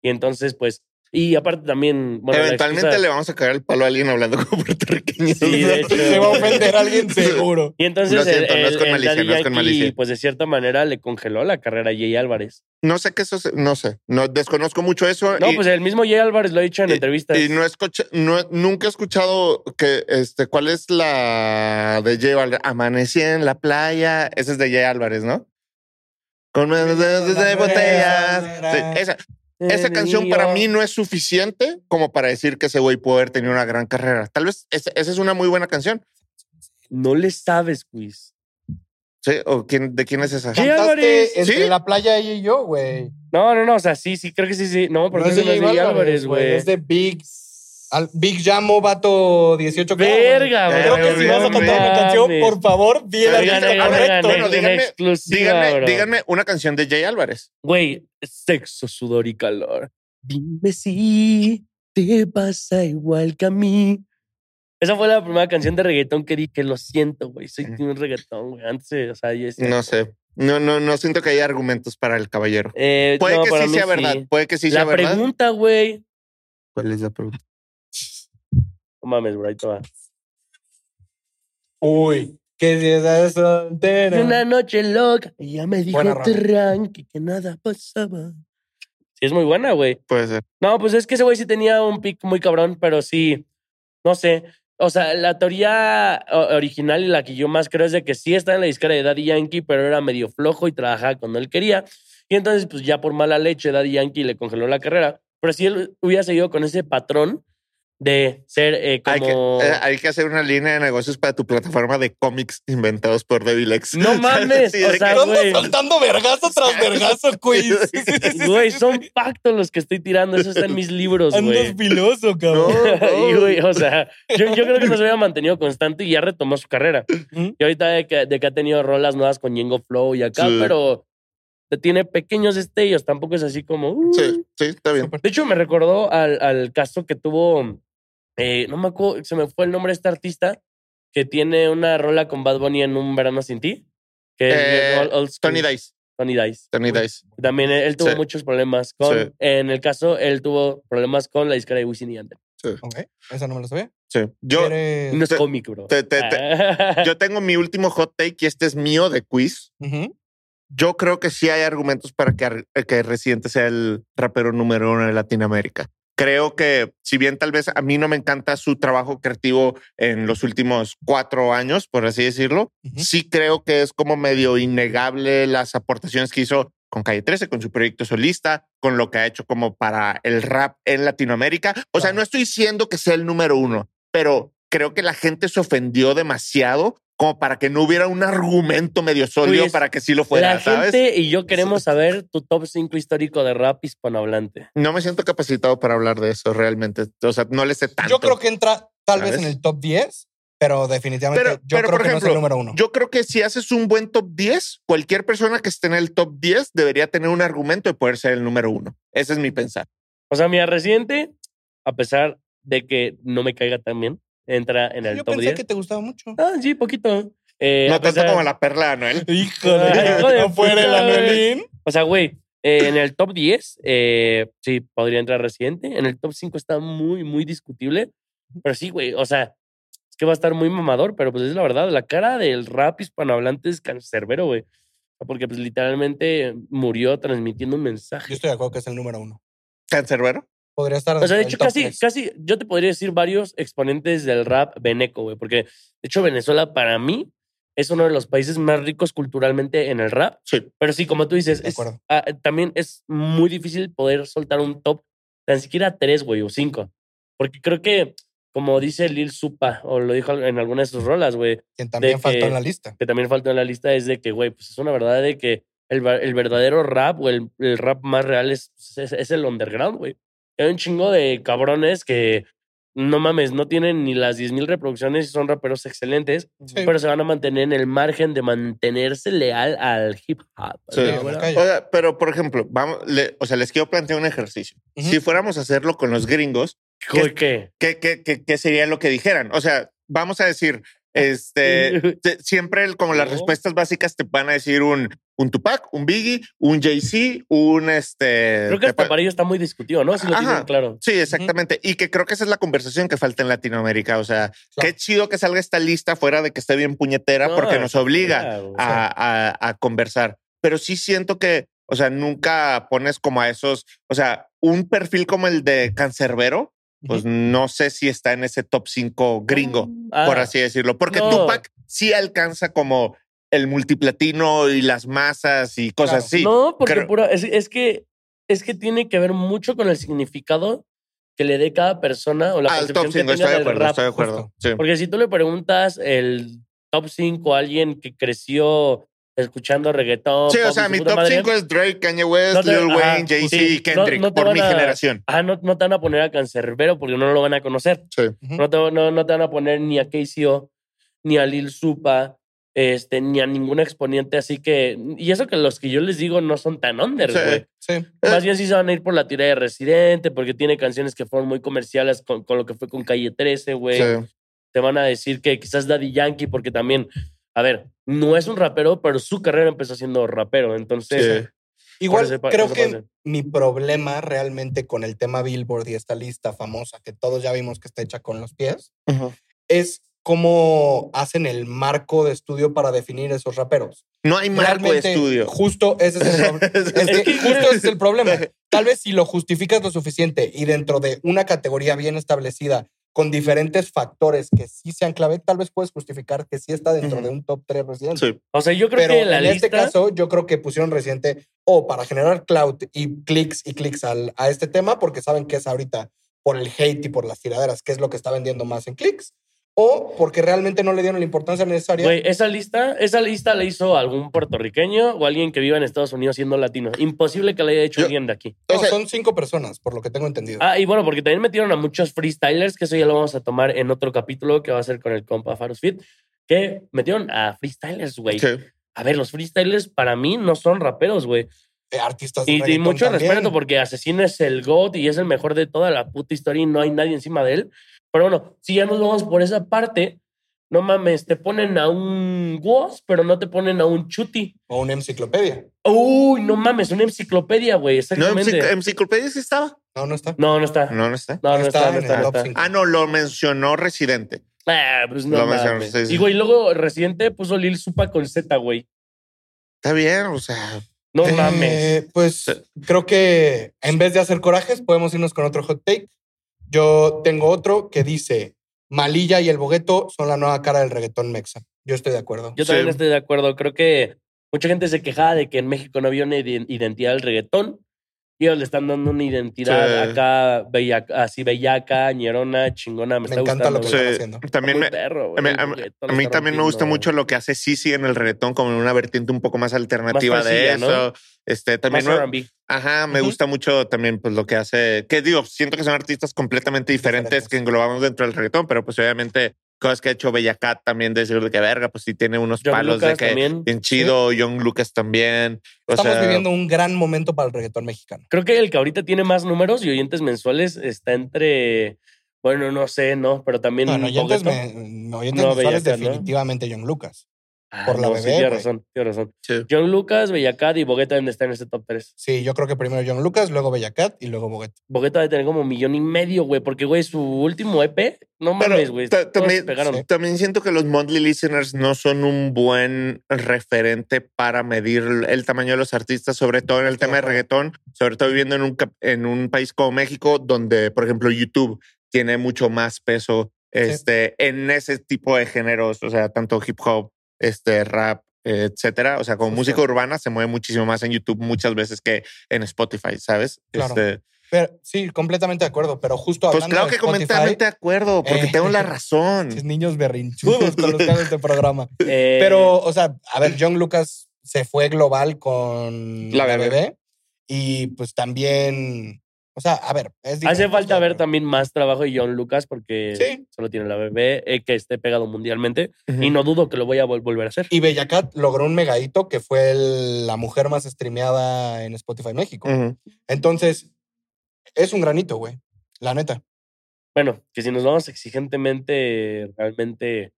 S3: Y entonces, pues, y aparte también... bueno, la
S1: Eventualmente
S3: excusa-
S1: le vamos a cagar el palo a alguien hablando como puertorriqueño.
S3: Sí, de hecho.
S2: Se va a ofender a alguien seguro.
S3: Y entonces
S1: Lo siento,
S3: el,
S1: no es con
S3: el
S1: malicia,
S3: Daddy
S1: no es con
S3: Yankee,
S1: malicia.
S3: pues de cierta manera le congeló la carrera a Jay Álvarez.
S1: No sé qué eso, se- no sé, no desconozco mucho eso.
S3: No,
S1: y,
S3: pues el mismo Jay Álvarez lo ha dicho en
S1: y-
S3: entrevistas.
S1: y no escuché, no, nunca he escuchado que, este, ¿cuál es la de Jay Álvarez? Amanecí en la playa. Esa es de Jay Álvarez, ¿no? Con manos de, de botellas. Sí, esa, esa canción para mí no es suficiente como para decir que ese güey puede haber tenido una gran carrera. Tal vez esa, esa es una muy buena canción.
S3: No le sabes, quiz.
S1: ¿Sí? ¿O quién, de quién es esa?
S3: Jay Álvarez.
S2: Cantaste entre
S1: ¿Sí?
S2: la playa ella y yo, güey.
S3: No, no, no, o sea, sí, sí, creo que sí, sí. No, porque
S2: No es de Jay Álvarez, güey. Es de Big. Al- Big Jamo, vato 18 k
S3: Verga,
S1: güey.
S2: Creo que si
S1: Verga,
S2: vas a
S1: no
S2: cantar una
S3: mames.
S2: canción, por favor, di el
S1: Verga,
S2: artista
S1: no,
S3: Verga,
S2: correcto.
S1: Bueno,
S3: verga,
S1: díganme-
S3: una exclusiva,
S1: Díganme,
S3: bro.
S1: díganme una canción de Jay Álvarez.
S3: Güey, sexo, sudor y calor. Dime si te pasa igual que a mí. Esa fue la primera canción de reggaetón que di que lo siento, güey. Soy team reggaetón, güey. Antes, eh, o sea, yo decía,
S1: No sé. No, no, no siento que haya argumentos para el caballero.
S3: eh,
S1: Puede
S3: no,
S1: que
S3: para
S1: sí
S3: mí
S1: sea verdad. Puede que sí sea
S3: La
S1: verdad.
S3: pregunta, güey.
S1: ¿Cuál es la pregunta?
S3: No mames, bro, ahí te va.
S2: Uy, que si estás soltera.
S3: Una noche loca. Ella me dijo
S2: Buena rola.
S3: tranqui que nada pasaba. Sí, es muy buena, güey.
S1: Puede ser.
S3: No, pues es que ese güey sí tenía un pick muy cabrón, pero sí, no sé. O sea, la teoría o- original y la que yo más creo es de que sí está en la disquera de Daddy Yankee, pero era medio flojo y trabajaba cuando él quería. Y entonces, pues ya por mala leche, Daddy Yankee le congeló la carrera. Pero si él hubiera seguido con ese patrón de ser eh,
S1: Hay que,
S3: como...
S1: eh, hay que hacer una línea de negocios para tu plataforma de cómics inventados por Devil X.
S3: No mames,
S1: Sí,
S3: o
S1: de
S3: sea,
S1: que-
S2: ¿Dónde
S3: güey.
S2: soltando vergazo tras vergazo, güey?
S3: Güey, son pactos los que estoy tirando. Eso está en mis libros, güey.
S2: Andas filoso,
S1: No,
S2: cabrón.
S3: Y,
S1: no.
S3: güey, o sea, yo, yo creo que nos había mantenido constante y ya retomó su carrera.
S2: Ujú.
S3: Y ahorita de que, de que ha tenido rolas nuevas con Yengo Flow y acá,
S1: Sí.
S3: pero tiene pequeños destellos. Tampoco es así como. uh.
S1: Sí, sí, está bien.
S3: De hecho, me recordó al, al caso que tuvo. eh, no me acuerdo, se me fue el nombre de esta artista que tiene una rola con Bad Bunny en un verano sin ti. Que es
S1: Eh,
S3: bien old- old school.
S1: Tony Dice.
S3: Tony Dice.
S1: Tony Dice.
S3: También él, él tuvo
S1: Sí.
S3: muchos problemas con.
S1: Sí.
S3: En el caso, él tuvo problemas con la disquera de Wisin y Yandel.
S2: Ok, esa no me la sabía.
S1: Sí. Yo,
S2: ¿Quieres-
S3: No es
S1: Te-
S3: cómic, bro.
S1: te- te- te-
S3: Ah.
S1: yo tengo mi último hot take y este es mío de quiz.
S2: Ujú.
S1: Yo creo que sí hay argumentos para que, ar- que Residente sea el rapero número uno de Latinoamérica. Creo que, si bien tal vez a mí no me encanta su trabajo creativo en los últimos cuatro años, por así decirlo,
S2: Ujú.
S1: sí creo que es como medio innegable las aportaciones que hizo con Calle 13, con su proyecto solista, con lo que ha hecho como para el rap en Latinoamérica. O sea,
S2: Claro.
S1: no estoy diciendo que sea el número uno, pero creo que la gente se ofendió demasiado como para que no hubiera un argumento medio sólido
S3: Pues,
S1: para que sí lo fuera,
S3: la
S1: ¿sabes?
S3: gente y yo queremos saber tu top 5 histórico de rap hispanohablante.
S1: No me siento capacitado para hablar de eso realmente. O sea, no le sé tanto.
S2: Yo creo que entra tal vez
S1: ¿Sabes?
S2: en el top 10, pero definitivamente
S1: Pero-
S2: yo
S1: pero,
S2: creo
S1: por
S2: que no es
S1: ejemplo,
S2: el número uno.
S1: Yo creo que si haces un buen top 10, cualquier persona que esté en el top 10 debería tener un argumento de poder ser el número uno. Ese es mi pensar.
S3: O sea, mira, reciente, a pesar de que no me caiga tan bien, entra en el
S2: Yo
S3: top
S2: pensé
S3: 10.
S2: que te gustaba mucho.
S3: Ah, sí, poquito. Eh, a
S1: no tanto
S3: pesar-
S1: como la perla de Anuel.
S2: Híjole,
S3: Ay, hijo de
S2: no fuera el
S3: puta, güey.
S2: Anuelín.
S3: O sea, güey, eh, en el top 10, eh, sí, podría entrar reciente. En el top 5 está muy, muy discutible. Pero sí, güey, o sea, es que va a estar muy mamador, pero pues es la verdad, la cara del rap hispanohablante es cancerbero, güey. Porque pues literalmente murió transmitiendo un mensaje.
S2: Yo estoy de acuerdo que es el número uno.
S1: Cancerbero.
S2: Podría estar
S3: O sea, de
S2: dentro del
S3: hecho,
S2: top
S3: casi,
S2: tres.
S3: casi, yo te podría decir varios exponentes del rap veneco, güey, porque de hecho Venezuela para mí es uno de los países más ricos culturalmente en el rap,
S1: Sí.
S3: pero sí, como tú dices,
S2: De
S3: es-
S2: acuerdo.
S3: ah, también es muy difícil poder soltar un top, tan siquiera tres, güey, o cinco, porque creo que, como dice Lil Supa, o lo dijo en alguna de sus rolas, güey,
S2: Quien también
S3: de
S2: faltó
S3: que-
S2: en la lista.
S3: que también faltó en la lista, es de que, güey, pues es una verdad de que el, va- el verdadero rap o el, el rap más real es, pues, es, es el underground, güey. Hay un chingo de cabrones que, no mames, no tienen ni las 10.000 reproducciones y son raperos excelentes,
S2: Sí.
S3: pero se van a mantener en el margen de mantenerse leal al hip hop.
S1: Sí.
S3: ¿no,
S2: Sí,
S3: güey?
S2: me callo.
S1: O sea, pero por ejemplo, vamos, le- o sea, les quiero plantear un ejercicio.
S2: Ujú.
S1: Si fuéramos a hacerlo con los gringos,
S3: Güey, ¿Qué?
S1: ¿qué, qué, qué- qué sería lo que dijeran? O sea, vamos a decir, este, te- siempre el- como las
S3: No.
S1: respuestas básicas te van a decir un, un Tupac, un Biggie, un Jay-Z, un este.
S3: Creo que
S1: te
S3: hasta
S1: pa-
S3: para ellos está muy discutido, ¿no? Si lo tienen
S1: Ajá.
S3: claro.
S1: Sí, exactamente. Y que creo que esa es la conversación que falta en Latinoamérica. O sea, qué chido que salga esta lista fuera de que esté bien puñetera
S3: No,
S1: porque nos obliga
S3: claro, o sea.
S1: a, a- a conversar. Pero sí siento que, o sea, nunca pones como a esos, o sea, un perfil como el de Cancerbero, pues no sé si está en ese top 5 gringo,
S3: Ah,
S1: por así decirlo. Porque
S3: no.
S1: Tupac sí alcanza como el multiplatino y las masas y cosas
S2: Claro.
S1: así.
S3: No, porque
S1: creo-
S3: pura- es, es que es que tiene que ver mucho con el significado que le dé cada persona o la
S1: Al top
S3: percepción que tenga
S1: 5, estoy de
S3: del
S1: acuerdo,
S3: rap.
S1: estoy de acuerdo. Sí.
S3: Porque si tú le preguntas el top 5 a alguien que creció escuchando reggaetón,
S1: Sí, o
S3: pop y
S1: sea,
S3: su
S1: mi
S3: puta
S1: top
S3: madre,
S1: 5 es Drake, Kanye West,
S3: No te-
S1: Lil
S3: ajá, pues
S1: Wayne, Jay-Z
S3: sí.
S1: y Kendrick,
S3: No- no te
S1: por mi
S3: van a-
S1: generación.
S3: ajá, no, no te van a poner a Cancerbero porque no lo van a conocer.
S1: Sí.
S2: Ujú.
S3: No, te, no, no te van a poner ni a KCO, ni a Lil Supa, este, ni a ningún exponente. Así que, y eso que los que yo les digo no son tan under,
S1: Sí.
S3: güey.
S2: Sí.
S3: Más bien sí se van a ir por la tira de Residente, porque tiene canciones que fueron muy comerciales con, con lo que fue con Calle 13, güey.
S1: Sí.
S3: Te van a decir que quizás Daddy Yankee, porque también, a ver, no es un rapero, pero su carrera empezó siendo rapero. Entonces,
S1: Sí.
S2: Igual
S3: por ese pa-
S2: creo
S3: por
S2: que
S3: ese pase.
S2: mi problema realmente con el tema Billboard y esta lista famosa que todos ya vimos que está hecha con los pies
S1: Ujú.
S2: es cómo hacen el marco de estudio para definir esos raperos.
S1: No hay marco de
S2: Realmente,
S1: estudio.
S2: Justo ese es el problema.
S1: Es que-
S2: justo ese es el problema. Tal vez si lo justificas lo suficiente y dentro de una categoría bien establecida con diferentes factores que sí sean clave, tal vez puedes justificar que sí está dentro
S1: Ujú.
S2: de un top 3 residente.
S1: Sí.
S3: o sea, yo creo
S2: Pero
S3: que la
S2: en
S3: lista...
S2: este caso, yo creo que pusieron reciente o para generar clout y clics y clics al, a este tema, porque saben que es ahorita por el hate y por las tiraderas, que es lo que está vendiendo más en clics, o porque realmente no le dieron la importancia necesaria.
S3: Güey, esa lista, esa lista la hizo algún puertorriqueño o alguien que viva en Estados Unidos siendo latino. Imposible que la haya hecho
S1: Yo-
S3: alguien de aquí.
S2: No,
S1: o sea-
S2: son cinco personas, por lo que tengo entendido.
S3: Ah, y bueno, porque también metieron a muchos freestylers, que eso ya lo vamos a tomar en otro capítulo que va a ser con el compa Faros Fit, que metieron a freestylers, güey.
S1: Sí.
S3: A ver, los freestylers para mí no son raperos, güey.
S2: Eh, Artistas de
S3: Y, y
S2: reggaetón
S3: mucho
S2: también.
S3: respeto porque Asesino es el GOAT y es el mejor de toda la puta historia y no hay nadie encima de él. Pero bueno, si ya nos vamos por esa parte, no mames, te ponen a un Woz, pero no te ponen a un Chuti.
S2: O una enciclopedia.
S3: Uy, no mames, una enciclopedia, güey,
S1: No, em- en
S3: exactamente.
S1: enciclopedia sí estaba.
S2: No, no está.
S3: No, no está. No,
S1: No, no está.
S3: no,
S2: no
S3: está,
S2: está
S3: no
S2: en
S3: está,
S2: el
S3: no
S2: top
S3: está.
S2: cinco.
S1: Ah, no, lo mencionó Residente.
S3: Ah, pues no
S1: Lo mencionaron,
S3: mames.
S1: sí, sí.
S3: Y güey, luego reciente puso Lil Supa con Z, güey.
S1: Está bien, o sea,
S3: No
S2: Eh,
S3: mames.
S2: Pues creo que en vez de hacer corajes, podemos irnos con otro hot take. Yo tengo otro que dice: Malilla y el Bogueto son la nueva cara del reggaetón mexa. Yo estoy de acuerdo.
S3: Yo también
S1: sí.
S3: estoy de acuerdo. Creo que mucha gente se quejaba de que en México no había una ide- identidad del reggaetón. Y ellos le están dando una identidad
S1: Sí.
S3: acá, bellaca- así bellaca, ñerona, chingona. Me,
S2: Me
S3: está
S2: encanta lo
S3: gustando,
S2: que
S1: Sí.
S3: güey.
S2: están haciendo.
S1: También
S3: Muy
S1: me-
S3: perro, güey,
S1: a mí,
S3: el
S1: a mí-
S3: reggaetón
S1: a
S3: lo
S1: mí
S3: está
S1: también me gusta
S3: rompiendo.
S1: mucho lo que hace Sisi en el reggaetón, como en una vertiente un poco más alternativa de
S3: sencilla,
S1: eso.
S3: ¿no?
S1: Este, también
S3: Más
S1: me-
S3: R&B.
S1: Ajá, me
S2: Ujú.
S1: gusta mucho también pues lo que hace, que digo, siento que son artistas completamente diferentes,
S2: Diferentes.
S1: que englobamos dentro del reggaetón, pero pues obviamente cosas que ha hecho Bella Cat también decir de que verga, pues sí tiene unos
S3: John
S1: palos de
S3: Lucas
S1: que
S3: también.
S1: bien chido, John Lucas también. O
S2: Estamos
S1: sea,
S2: viviendo un gran momento para el reggaetón mexicano.
S3: Creo que el que ahorita tiene más números y oyentes mensuales está entre. Bueno, no sé, ¿no? Pero también.
S2: Bueno, oyentes,
S3: Bogueto.
S2: me, me- oyentes
S3: No,
S2: mensuales
S3: Bellacat, ¿no?
S2: definitivamente John Lucas.
S3: Ah,
S2: por la
S3: no,
S2: bebé,
S3: Sí, tienes
S2: güey.
S3: razón, tienes razón.
S1: sí.
S3: John Lucas, Bellacat y Bogueta deben de estar en este top 3.
S2: Sí, yo creo que primero John Lucas, luego Bellacat y luego Boguet.
S3: Bogueta debe tener como un millón y medio, güey, porque, güey, su último EP, no
S1: Pero
S3: mames, güey.
S1: ta-
S3: todos
S1: también,
S3: pegaron.
S2: sí.
S1: también siento que los monthly listeners no son un buen referente para medir el tamaño de los artistas, sobre todo en el tema de reggaetón, sobre todo viviendo en un, cap- en un país como México, donde, por ejemplo, YouTube tiene mucho más peso este, en ese tipo de géneros, o sea, tanto hip hop, este, rap, etcétera. O sea, como
S2: Justo.
S1: música urbana se mueve muchísimo más en YouTube muchas veces que en Spotify, ¿sabes?
S2: Claro.
S1: Este,
S2: Pero, sí, completamente de acuerdo, pero justo
S1: pues
S2: hablando
S1: claro
S2: de
S1: que
S2: Spotify,
S1: completamente de acuerdo, porque
S2: Eh.
S1: tengo la razón.
S2: pinches niños berrinchudos con los que hago este programa.
S3: Eh,
S2: Pero, o sea, a ver, John Lucas se fue global con
S1: La
S2: la,
S1: Bebé.
S2: bebé. y pues también, o sea, a ver, es
S3: Hace
S2: diferente,
S3: falta ver
S2: pero-
S3: también más trabajo de John Lucas porque
S2: Sí.
S3: solo tiene la bebé, eh, que esté pegado mundialmente. Y no dudo que lo voy a vol- volver a hacer.
S2: Y Bellacat logró un megadito que fue el- la mujer más streameada en Spotify México.
S1: Ujú.
S2: Entonces, es un granito, güey. La neta.
S3: Bueno, que si nos vamos exigentemente, realmente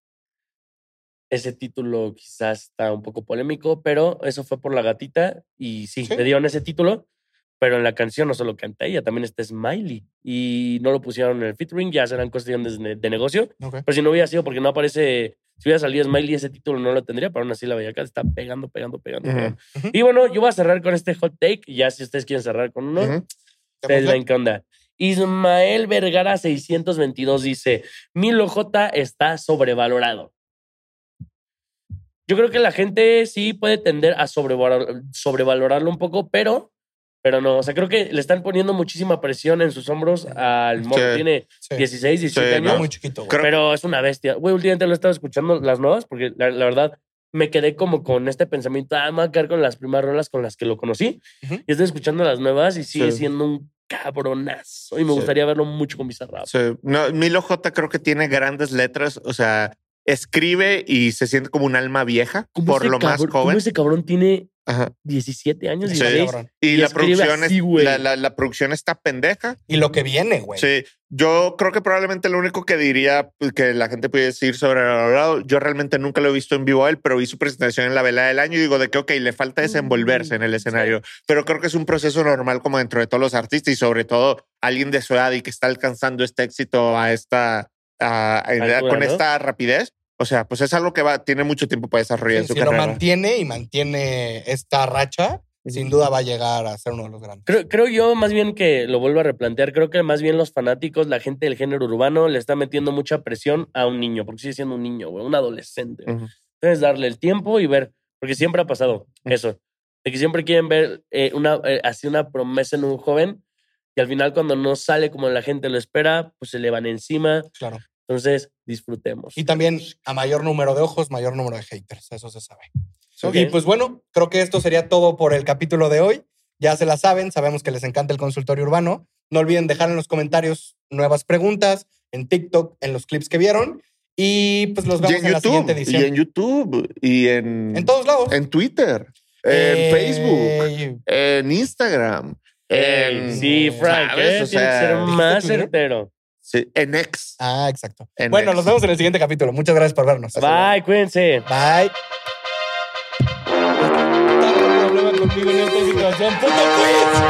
S3: ese título quizás está un poco polémico, pero eso fue por la gatita y sí,
S2: Sí.
S3: le dieron ese título, pero en la canción no solo canta ella, también está Smiley y no lo pusieron en el featuring, ya serán cuestiones de, de negocio, pero si no hubiera sido porque no aparece, si hubiera salido Smiley ese título no lo tendría, pero aún así la bellaca está pegando, pegando, pegando.
S1: Ujú.
S3: pegando.
S2: Ujú.
S3: Y bueno, yo voy a cerrar con este hot take, y ya si ustedes quieren cerrar con uno,
S1: Ujú.
S3: Ustedes ven qué onda. Ismael Vergara 622 dice, Milo J está sobrevalorado. Yo creo que la gente sí puede tender a sobrevalor- sobrevalorarlo un poco, pero, pero no. O sea, creo que le están poniendo muchísima presión en sus hombros al morro.
S1: Sí.
S3: Tiene
S2: Sí.
S3: 16, 17
S1: Sí, no.
S3: años,
S2: Está muy chiquito, güey.
S1: Creo-
S3: pero es una bestia. Güey, últimamente lo he estado escuchando las nuevas porque la, la verdad me quedé como con este pensamiento, ah, me voy a quedar con las primeras rolas con las que lo conocí.
S2: Ujú.
S3: Y estoy escuchando las nuevas y sigue
S1: Sí.
S3: siendo un cabronazo. Y me
S1: Sí.
S3: gustaría verlo mucho con Bizarrap.
S1: Sí. No, Milo J creo que tiene grandes letras, o sea, escribe y se siente como un alma vieja,
S3: ¿Cómo
S1: por
S3: ese
S1: lo más
S3: cabrón- cómo
S1: joven.
S3: ese cabrón tiene
S1: Ajá.
S3: 17 años?
S1: Sí.
S2: Está
S3: 16?
S2: cabrón.
S1: Y,
S3: Y
S1: la
S3: escribe
S1: producción,
S3: así,
S1: es-
S3: güey.
S1: la, la- la producción está pendeja.
S2: Y lo que viene, güey.
S1: Sí, yo creo que probablemente lo único que diría pues, que la gente puede decir sobre valorado, yo realmente nunca lo he visto en vivo a él, pero vi su presentación en la vela del año y digo de que, ok, le falta
S2: Mm,
S1: desenvolverse en el escenario, pero creo que es un proceso normal como dentro de todos los artistas y sobre todo alguien de su edad y que está alcanzando este éxito a esta, a- a-
S3: Altura,
S1: con
S3: ¿no?
S1: esta rapidez. O sea, pues es algo que va, tiene mucho tiempo para desarrollar en
S2: Sí,
S1: su
S2: si lo
S1: carrera.
S2: mantiene y mantiene esta racha, sin duda va a llegar a ser uno de los grandes.
S3: Creo, creo yo más bien que lo vuelvo a replantear. Creo que más bien los fanáticos, la gente del género urbano, le está metiendo mucha presión a un niño, porque sigue siendo un niño, güey, un adolescente.
S1: Ujú.
S3: Entonces, darle el tiempo y ver, porque siempre ha pasado
S1: Ujú.
S3: eso, de que siempre quieren ver eh, una, eh, así una promesa en un joven y al final cuando no sale como la gente lo espera, pues se le van encima.
S2: Claro.
S3: Entonces, disfrutemos.
S2: Y también a mayor número de ojos, mayor número de haters. Eso se sabe.
S3: Ok.
S2: Y pues bueno, creo que esto sería todo por el capítulo de hoy. Ya se la saben, sabemos que les encanta el consultorio urbano. No olviden dejar en los comentarios nuevas preguntas en TikTok, en los clips que vieron. Y pues los
S1: Y
S2: vemos
S1: en
S2: en, la siguiente
S1: YouTube,
S2: edición.
S1: y en YouTube, y en,
S2: En todos lados.
S1: en Twitter,
S2: eh,
S1: en Facebook.
S2: Facebook.
S1: en Instagram,
S3: Ey,
S2: em,
S1: en,
S3: sí, Frank,
S1: Eh, ¿sabes?
S3: ¿eh?
S1: O
S3: Tiene que
S1: sea,
S3: ser más
S2: ¿dijiste Twitter?
S3: certero.
S1: sí, en X.
S2: Ah, exacto.
S1: En
S2: bueno,
S1: X.
S2: nos vemos en el siguiente capítulo. Muchas gracias por vernos.
S3: Bye, cuídense.
S2: Bye. Tanto problema conmigo en esta situación. ¡Puto quiz!